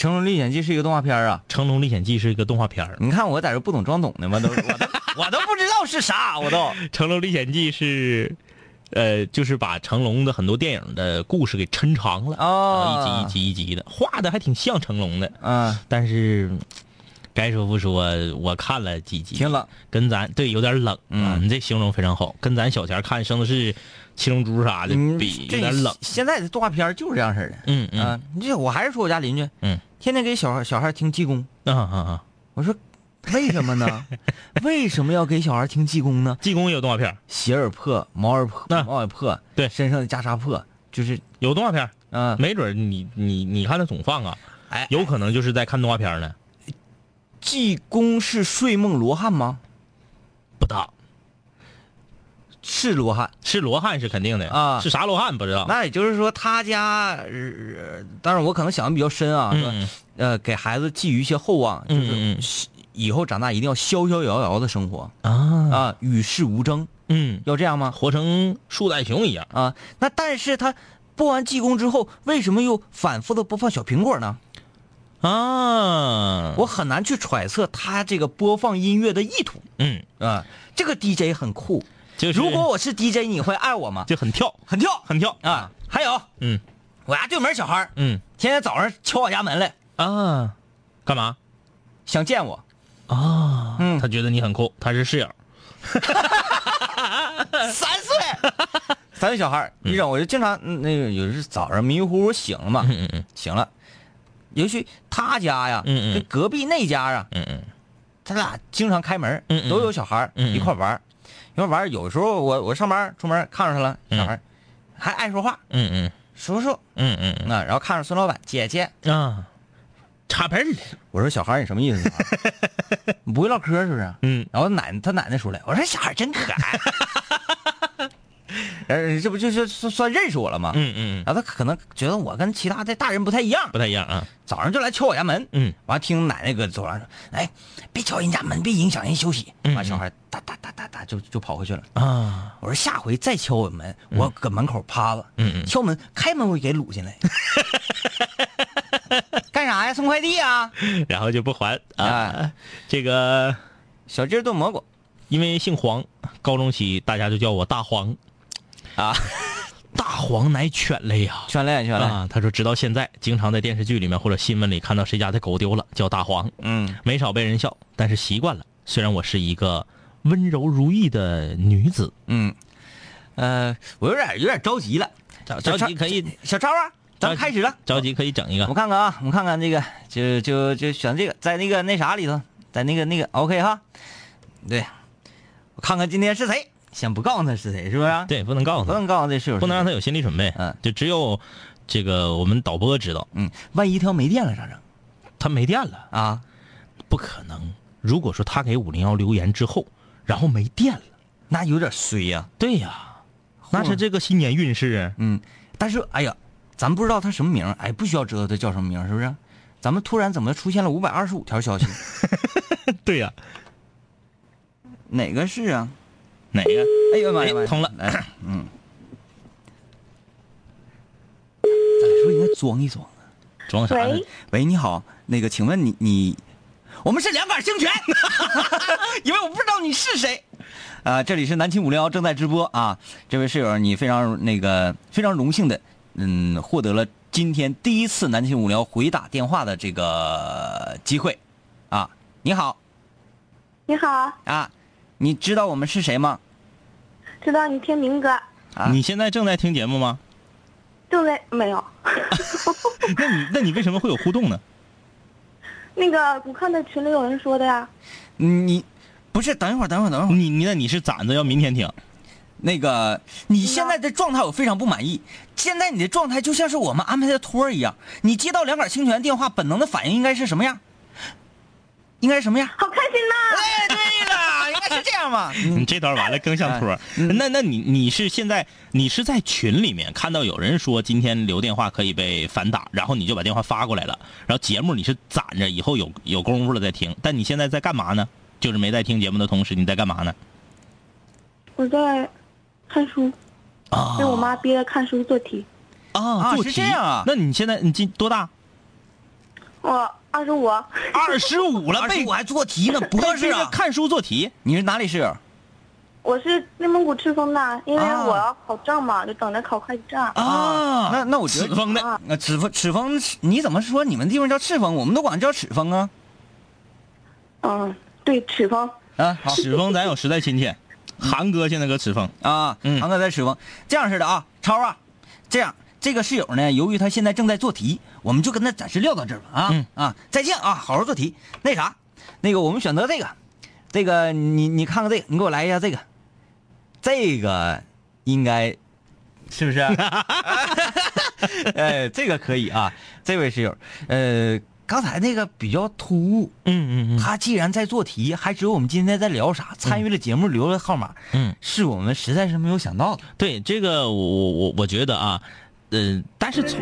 Speaker 3: 成龙历险记》是一个动画片儿啊。
Speaker 4: 成龙历险记》是一个动画片儿，
Speaker 3: 你看我在这不懂装懂呢吗？都我都
Speaker 4: <laughs>
Speaker 3: 我都不知道是啥，我都
Speaker 4: 《成龙历险记》是。呃，就是把成龙的很多电影的故事给抻长了，
Speaker 3: 哦
Speaker 4: 一集一集一集的，画的还挺像成龙的。
Speaker 3: 嗯，
Speaker 4: 但是嗯该说不说，我看了几集，
Speaker 3: 挺冷，
Speaker 4: 跟咱对有点冷。
Speaker 3: 嗯
Speaker 4: 啊你这形容非常好，跟咱小前看《生的是七龙珠》啥的
Speaker 3: 嗯
Speaker 4: 比，
Speaker 3: 这
Speaker 4: 有点冷。
Speaker 3: 现在的动画片儿就是这样式儿的。
Speaker 4: 嗯嗯
Speaker 3: 啊，你这我还是说我家邻居，
Speaker 4: 嗯，
Speaker 3: 天天给小孩小孩听济公，
Speaker 4: 啊啊啊！
Speaker 3: 我说为什么
Speaker 4: <laughs>
Speaker 3: 呢？为什么要给小孩听济公呢？
Speaker 4: 济公也有动画片儿，
Speaker 3: 鞋儿破，毛儿破，
Speaker 4: 啊
Speaker 3: 毛也破，
Speaker 4: 对
Speaker 3: 身上的袈裟破，就是
Speaker 4: 有动画片儿，
Speaker 3: 嗯，
Speaker 4: 没准儿你你你看他总放啊，
Speaker 3: 哎，
Speaker 4: 有可能就是在看动画片儿呢。
Speaker 3: 济公是睡梦罗汉吗？
Speaker 4: 不大
Speaker 3: 是罗汉，
Speaker 4: 是罗汉是肯定的
Speaker 3: 啊
Speaker 4: 是啥罗汉不知道。
Speaker 3: 那也就是说他家，呃当然我可能想的比较深啊，说
Speaker 4: 嗯
Speaker 3: 呃，给孩子寄予一些厚望，就
Speaker 4: 嗯嗯嗯
Speaker 3: 是以后长大一定要逍逍遥遥的生活
Speaker 4: 啊
Speaker 3: 啊，与世无争，
Speaker 4: 嗯，
Speaker 3: 要这样吗？
Speaker 4: 活成树袋熊一样，
Speaker 3: 啊，那但是他播完济公之后，为什么又反复的播放小苹果呢？
Speaker 4: 啊，
Speaker 3: 我很难去揣测他这个播放音乐的意图
Speaker 4: 嗯，
Speaker 3: 啊。这个 DJ 很酷，
Speaker 4: 就是
Speaker 3: 如果我是 DJ，你会爱我吗？
Speaker 4: 就很跳
Speaker 3: 很跳
Speaker 4: 很跳，
Speaker 3: 啊！还有
Speaker 4: 嗯
Speaker 3: 我家对门小孩儿
Speaker 4: 嗯
Speaker 3: 天天早上敲我家门来，
Speaker 4: 啊，干嘛？
Speaker 3: 想见我，
Speaker 4: 啊，
Speaker 3: 嗯
Speaker 4: 他觉得你很酷，他是室友，
Speaker 3: 三岁，嗯 <laughs> 三岁小孩儿一整我就经常嗯那个有时早上迷迷糊糊醒了嘛，
Speaker 4: 嗯嗯嗯
Speaker 3: 醒了，尤其他家呀，
Speaker 4: 嗯嗯
Speaker 3: 跟隔壁那家啊，
Speaker 4: 嗯嗯
Speaker 3: 他俩经常开门，
Speaker 4: 嗯嗯
Speaker 3: 都有小孩儿
Speaker 4: 嗯嗯
Speaker 3: 一块儿玩儿，一块儿玩儿。有时候我我上班出门看着他了，
Speaker 4: 嗯
Speaker 3: 小孩儿还爱说话，
Speaker 4: 嗯
Speaker 3: 叔叔
Speaker 4: 嗯嗯
Speaker 3: 那然后看着孙老板姐姐，
Speaker 4: 嗯啊，插盆儿，
Speaker 3: 我说小孩儿你什么意思啊？ <laughs> 你不会唠嗑是不是？
Speaker 4: 嗯
Speaker 3: 然后奶他奶奶出来，我说小孩儿真可爱， <laughs> 呃，这不就是算算认识我了吗？
Speaker 4: 嗯嗯，嗯
Speaker 3: 然后他可能觉得我跟其他的大人不太一样
Speaker 4: 不，太一样啊，
Speaker 3: 早上就来敲我家门，
Speaker 4: 嗯
Speaker 3: 完听奶奶搁走廊说：“哎，别敲人家门，别影响人休息。”
Speaker 4: 嗯
Speaker 3: 完小孩哒哒哒哒哒就就跑回去了。
Speaker 4: 啊，
Speaker 3: 我说下回再敲我门，我搁门口趴着，
Speaker 4: 嗯嗯
Speaker 3: 敲门开门我给掳
Speaker 4: <laughs>
Speaker 3: 进来，干啥呀？送快递啊？
Speaker 4: 然后就不还啊
Speaker 3: 啊，
Speaker 4: 这个
Speaker 3: 小鸡儿炖蘑菇
Speaker 4: 因为姓黄，高中起大家就叫我大黄，
Speaker 3: 啊，
Speaker 4: 大黄乃犬类呀。
Speaker 3: 全来全来，
Speaker 4: 啊，他说直到现在，经常在电视剧里面或者新闻里看到谁家的狗丢了，叫大黄，
Speaker 3: 嗯，
Speaker 4: 没少被人笑，但是习惯了。虽然我是一个温柔如玉的女子，
Speaker 3: 嗯，呃，我有点有点着急了，
Speaker 4: 着着急可以
Speaker 3: 小超啊，咱们
Speaker 4: 着急
Speaker 3: 开始了。
Speaker 4: 着急可以整一个
Speaker 3: 我。看看啊，我看看这个，就就就选这个，在那个那啥里头，在那个那个 OK 哈，对，我看看今天是谁，先不告诉他是谁，是不是啊？
Speaker 4: 对，不能告诉
Speaker 3: 不
Speaker 4: 他，
Speaker 3: 能告诉这室友，
Speaker 4: 不能让他。有心理准备。
Speaker 3: 嗯
Speaker 4: 就只有这个我们导播知道，
Speaker 3: 嗯，万一他要没电了咋整
Speaker 4: 他没电了，
Speaker 3: 啊？
Speaker 4: 不可能。如果说他给五零幺留言之后，然后没电了，
Speaker 3: 那有点衰呀、
Speaker 4: 对呀，那是这个新年运势，
Speaker 3: 嗯，但是哎呀，咱不知道他什么名儿，哎，不需要知道他叫什么名儿，是不是？咱们突然怎么出现了五百二十五条
Speaker 4: <laughs>
Speaker 3: 消息？
Speaker 4: <laughs> 对呀、
Speaker 3: 哪个是啊？
Speaker 4: 哪个？
Speaker 3: 哎呦妈呀
Speaker 4: 哎
Speaker 3: 妈呀！
Speaker 4: 通了
Speaker 3: 来，嗯。咱俩是不是应该装一装呢？
Speaker 4: 装啥呢
Speaker 2: 喂？
Speaker 3: 喂，你好，那个，请问你你，我们是两杆儿清泉， <laughs> 因为我不知道你是谁。呃，这里是南秦五零幺正在直播啊，这位室友，你非常那个非常荣幸的，嗯，获得了今天第一次南秦五零幺回打电话的这个机会啊。你好
Speaker 5: 你好，
Speaker 3: 啊，你知道我们是谁吗？
Speaker 5: 知道你听明哥，
Speaker 3: 啊
Speaker 4: 你现在正在听节目吗？
Speaker 5: 正在没有？
Speaker 4: 那你那你为什么会有互动呢？
Speaker 5: 那个我看到群里有人说的呀，
Speaker 3: 你不是等一会儿，等一会儿，等一会儿。
Speaker 4: 你你那你是攒着要明天听？
Speaker 3: 那个，你现在的状态我非常不满意。现在你的状态就像是我们安排的托儿一样，你接到两杆清泉电话，本能的反应应该是什么样？应该是什么样？
Speaker 5: 好开心呐、
Speaker 3: 哎，对了，应该是这样 <laughs> 吧？
Speaker 4: 你
Speaker 3: 嗯
Speaker 4: 这段完了更像托儿。
Speaker 3: 嗯
Speaker 4: 那那你你是现在你是在群里面看到有人说今天留电话可以被反打，然后你就把电话发过来了，然后节目你是攒着以后有有功夫了再听，但你现在在干嘛呢？就是没在听节目的同时你在干嘛呢？
Speaker 5: 我在看书，
Speaker 4: 啊
Speaker 5: 被我妈憋着看书做题。
Speaker 4: 啊
Speaker 3: 啊
Speaker 4: 做
Speaker 3: 哦是
Speaker 4: 题
Speaker 3: 这样啊
Speaker 4: 那你现在你今多大？
Speaker 5: 我二十五，
Speaker 4: 二十五啊了，
Speaker 3: 而且
Speaker 4: 被
Speaker 3: 我还做题呢，不
Speaker 4: 被
Speaker 3: 合适
Speaker 4: 逼着
Speaker 3: 啊！
Speaker 4: 看书做题。
Speaker 3: 你是哪里室友
Speaker 5: 我是内蒙古赤峰的，因为
Speaker 3: 啊
Speaker 5: 我要考证嘛，就等着考会计证。
Speaker 4: 啊
Speaker 3: 那那我觉得
Speaker 4: 赤峰的
Speaker 5: 啊
Speaker 3: 那赤峰赤峰，你怎么说你们地方叫赤峰？我们都管它叫赤峰啊
Speaker 5: 嗯，对，赤峰。
Speaker 3: 啊！好。
Speaker 4: 史峰，咱有时代亲切，韩哥现在搁赤峰。
Speaker 3: 啊，
Speaker 4: 嗯
Speaker 3: 韩哥在吃风。这样似的啊，超啊，这样这个室友呢，由于他现在正在做题，我们就跟他暂时撂到这儿吧啊、
Speaker 4: 嗯
Speaker 3: 啊，再见啊，好好做题。那啥，那个我们选择这个，这个你你看看这个，你给我来一下这个，这个应该是不
Speaker 4: <laughs>
Speaker 3: 是？呃，这个可以啊，这位室友，呃，刚才那个比较突兀。
Speaker 4: 嗯
Speaker 3: 他既然在做题，还知道我们今天在聊啥，参与了节目，留了号码，
Speaker 4: 嗯，
Speaker 3: 是我们实在是没有想到的。
Speaker 4: 对这个我我我我觉得啊，呃，但是从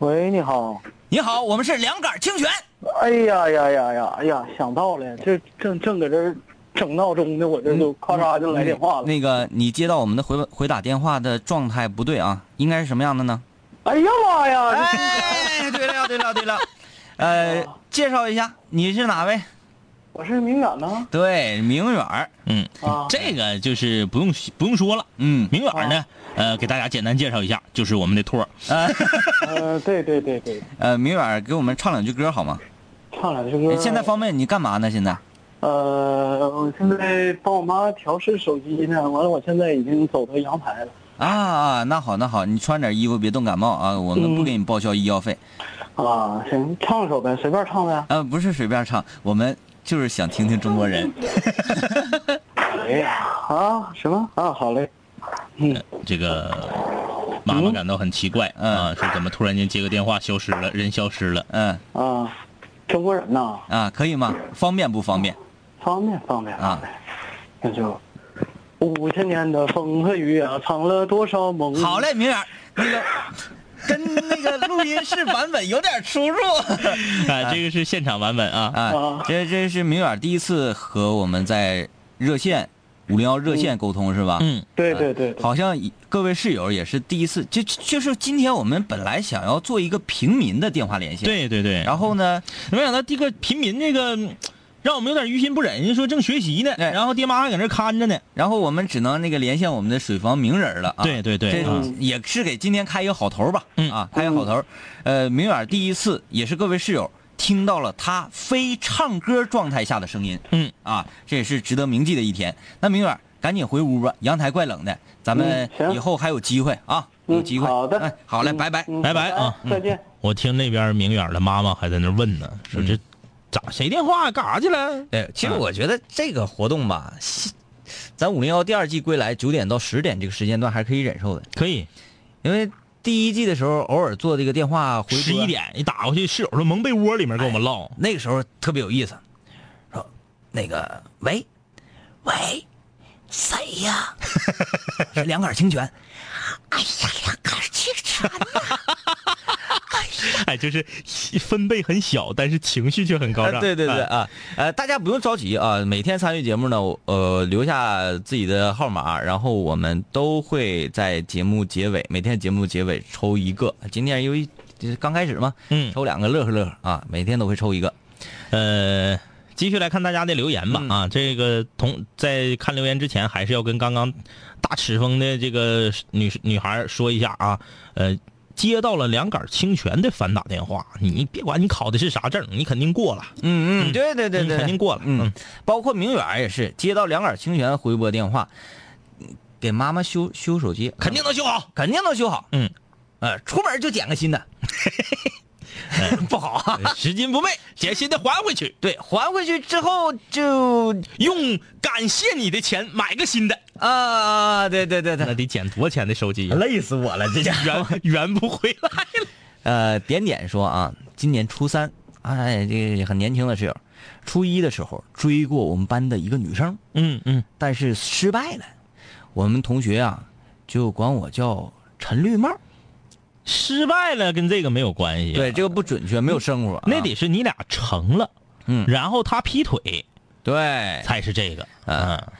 Speaker 6: 喂，你好。
Speaker 3: 你好，我们是两杆清泉。
Speaker 6: 哎呀呀呀呀！哎呀，想到了，这正正搁这儿整闹钟呢，我这就咔嚓就来电话了。
Speaker 3: 那个，嗯你接到我们的回回打电话的状态不对啊，应该是什么样的呢？
Speaker 6: 哎呀妈呀！这
Speaker 3: 哎，对了，对了，对 <laughs> 了，呃，介绍一下，你是哪位？
Speaker 6: 我是敏感呢
Speaker 3: 对，明远儿。
Speaker 4: 嗯，
Speaker 6: 啊。
Speaker 4: 这个就是不用不用说了。
Speaker 3: 嗯，
Speaker 4: 明远呢，呃，给大家简单介绍一下，就是我们的托儿。
Speaker 6: 呃，对对对对，
Speaker 3: 呃，明远儿给我们唱两句歌好吗？
Speaker 6: 唱两首歌。
Speaker 3: 现在方便你干嘛呢？现在？
Speaker 6: 呃，我现在帮我妈调试手机呢。完了，我现在已经走到阳台了。
Speaker 3: 啊啊，那好那好，你穿点衣服，别冻感冒啊！我们不给你报销医药费。
Speaker 6: 啊，行，唱首呗，随便唱呗。
Speaker 3: 啊，不是随便唱，我们就是想听听中国
Speaker 6: <laughs>
Speaker 3: 人。
Speaker 6: 哎呀啊，什么啊？好嘞。
Speaker 4: 嗯呃这个妈妈感到很奇怪啊，说怎么突然间接个电话消失了，人消失了。
Speaker 3: 嗯
Speaker 6: 啊，中国人呐，
Speaker 3: 啊，可以吗？方便不方便？
Speaker 6: 方便方便
Speaker 3: 啊
Speaker 6: 方便。那就五千年的风和雨啊，藏了多少梦？
Speaker 3: 好，嘞，明远儿，那个跟那个录音室版本有点出
Speaker 6: <laughs>
Speaker 3: 入
Speaker 4: 啊，这个是现场版本啊。
Speaker 6: 哦
Speaker 3: 啊。这这是明远儿第一次和我们在热线五零幺热线沟通是吧？
Speaker 4: 嗯，
Speaker 6: 对对对对，
Speaker 3: 好像以各位室友也是第一次，就就是今天我们本来想要做一个平民的电话连线，。
Speaker 4: 对对对。
Speaker 3: 然后呢，
Speaker 4: 没想到这个平民这个，嗯让我们有点于心不忍，说正学习呢，
Speaker 3: 哎
Speaker 4: 然后爹妈还搁那看着呢。
Speaker 3: 然后我们只能那个连线我们的水房名人了啊。
Speaker 4: 对对对
Speaker 3: 这
Speaker 4: 啊
Speaker 3: 也是给今天开一个好头吧。
Speaker 4: 嗯
Speaker 3: 啊，开一个好头。呃，明远儿第一次也是各位室友听到了他非唱歌状态下的声音。
Speaker 4: 嗯
Speaker 3: 啊，这也是值得铭记的一天。那明远儿赶紧回屋吧，阳台怪冷的，咱们
Speaker 6: 嗯行
Speaker 3: 以后还有机会啊，
Speaker 6: 嗯
Speaker 3: 有机会。
Speaker 6: 好的
Speaker 3: 哎，好嘞，拜拜。
Speaker 6: 嗯
Speaker 4: 拜拜啊
Speaker 6: 再见。
Speaker 4: 我听那边明远的妈妈还在那问呢，说这咋谁电话干啥去了？
Speaker 3: 对，其实我觉得这个活动吧，咱五零幺第二季归来九点到十点这个时间段还可以忍受的，
Speaker 4: 可以，
Speaker 3: 因为第一季的时候偶尔做这个电话回啊
Speaker 4: 十一点一打过去，室友说蒙被窝里面跟我们唠。 <laughs>
Speaker 3: 那个时候特别有意思，说那个喂喂，谁
Speaker 7: <laughs>
Speaker 3: 呀？是两杆清泉。
Speaker 7: 哎呀，两杆清泉
Speaker 4: 哎，就是分贝很小，但是情绪却很高涨。
Speaker 3: 呃对对对
Speaker 4: 哎，
Speaker 3: 啊，呃，大家不用着急啊，每天参与节目呢，我呃，留下自己的号码，然后我们都会在节目结尾，每天节目结尾抽一个。今天因为就是刚开始嘛，
Speaker 4: 嗯
Speaker 3: 抽两个乐呵乐呵啊，每天都会抽一个。
Speaker 4: 呃，继续来看大家的留言吧。啊，这个同在看留言之前，还是要跟刚刚大齿峰的这个女女孩说一下啊，呃。接到了两杆清泉的反打电话，你别管你考的是啥证，你肯定过了。
Speaker 3: 嗯嗯，对对对
Speaker 4: 嗯
Speaker 3: 对，
Speaker 4: 肯定过了
Speaker 3: 嗯
Speaker 4: 嗯，
Speaker 3: 包括明远也是接到两杆清泉回拨电话，给妈妈修修手机，
Speaker 4: 肯定能修好。
Speaker 3: 肯定能修好。
Speaker 4: 嗯，
Speaker 3: 呃，出门就捡个
Speaker 4: <laughs>
Speaker 3: 新的，
Speaker 4: 哎
Speaker 3: <laughs> 不好啊。
Speaker 4: 拾金不昧，捡新的还回去，
Speaker 3: 对，还回去之后就
Speaker 4: 用感谢你的钱买个新的。
Speaker 3: 啊，对对对
Speaker 4: 那
Speaker 3: 对，
Speaker 4: 得捡多少钱的手机 <laughs> 呀？
Speaker 3: 累死我了，这家伙。
Speaker 4: 圆圆不回来了。
Speaker 3: 呃，点点说啊，今年初三，哎，这个很年轻的室友，初一的时候追过我们班的一个女生，
Speaker 4: <laughs> 嗯嗯，
Speaker 3: 但是失败了。我们同学啊，就管我叫陈绿帽。
Speaker 4: 失败了跟这个没有关系。啊
Speaker 3: 对，，这个不准确，没有生活啊、
Speaker 4: 那得是你俩成了，
Speaker 3: 嗯
Speaker 4: 然后他劈腿
Speaker 3: 对，
Speaker 4: 才是这个。
Speaker 3: <laughs> 啊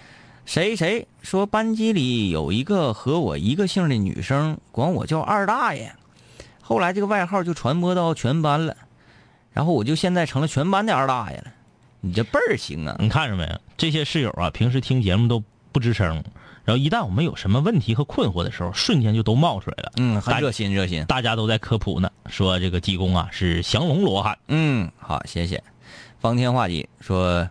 Speaker 3: 谁谁说班级里有一个和我一个姓的女生，管我叫二大爷，后来这个外号就传播到全班了，然后我就现在成了全班的二大爷了。你这辈儿行啊！
Speaker 4: 你看着没？这些室友啊，平时听节目都不吱声，然后一旦我们有什么问题和困惑的时候，瞬间就都冒出来了。
Speaker 3: 嗯，很
Speaker 4: 大
Speaker 3: 热心，热心。
Speaker 4: 大家都在科普呢，说这个济公啊是降龙罗汉。
Speaker 3: 嗯，好，谢谢。方天画戟说，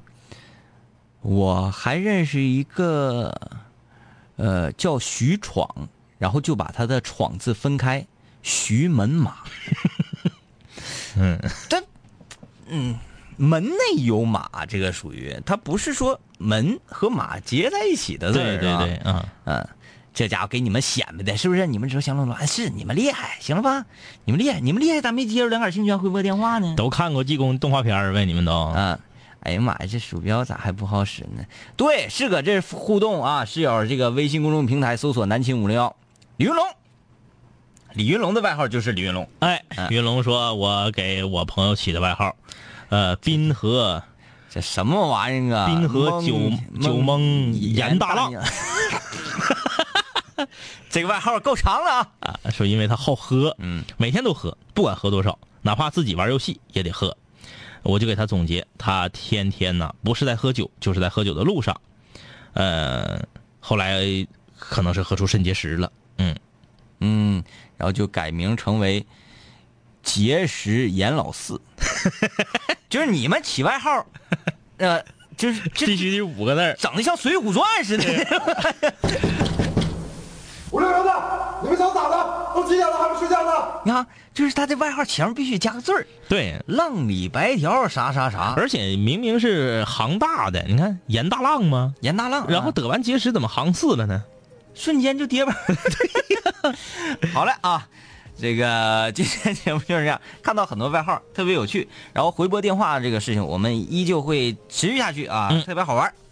Speaker 3: 我还认识一个，呃，叫徐闯，然后就把他的“闯”字分开，徐门马。嗯，这，嗯，门内有马，这个属于它不是说门和马结在一起的字
Speaker 4: 对
Speaker 3: 儿
Speaker 4: 对
Speaker 3: 啊
Speaker 4: 对，啊，
Speaker 3: 嗯，这家伙给你们显摆的，是不是？你们知道降龙罗汉哎是你们厉害，行了吧？你们厉害，你们厉害，咋没接着两杆清泉回拨电话呢？
Speaker 4: 都看过济公动画片儿呗？你们都
Speaker 3: 啊，哎呀妈呀，这鼠标咋还不好使呢？对，是搁这互动啊，室友这个微信公众平台搜索“南秦五零幺”，李云龙，李云龙的外号就是李云龙，
Speaker 4: 哎，
Speaker 3: 啊
Speaker 4: 云龙说：“我给我朋友起的外号，呃，滨河
Speaker 3: 这什么玩意儿啊？
Speaker 4: 滨河九九蒙严大浪，
Speaker 3: <laughs> 这个外号够长了啊！
Speaker 4: 啊，说因为他好喝，嗯，每天都喝，不管喝多少，哪怕自己玩游戏也得喝。我就给他总结，他天天呢、不是在喝酒，就是在喝酒的路上。呃，后来可能是喝出肾结石了，嗯，
Speaker 3: 嗯，然后就改名成为结石严老四， <laughs> 就是你们起外号，呃， <laughs> 就是这
Speaker 4: 必须得五个字儿。
Speaker 3: 整的像《水浒传》 <laughs> 似的。
Speaker 8: 五六零的，你们想咋的？都几点了还没睡觉呢？
Speaker 3: 你看，就是他的外号前面必须加个字儿，
Speaker 4: 对，
Speaker 3: 浪里白条啥啥啥，
Speaker 4: 而且明明是杭大的，你看严大浪吗？
Speaker 3: 严大浪啊，
Speaker 4: 然后得完结石怎么杭四了呢？
Speaker 3: 瞬间就跌吧。 <laughs> 好嘞啊，这个今天节目就是这样，看到很多外号特别有趣，然后回拨电话这个事情我们依旧会持续下去啊，
Speaker 4: 嗯
Speaker 3: 特别好玩，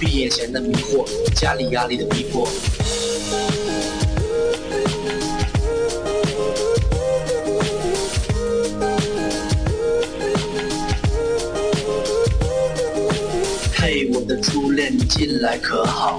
Speaker 9: 毕业前的迷惑，家里压力的逼迫。嘿，我的初恋，你近来可好？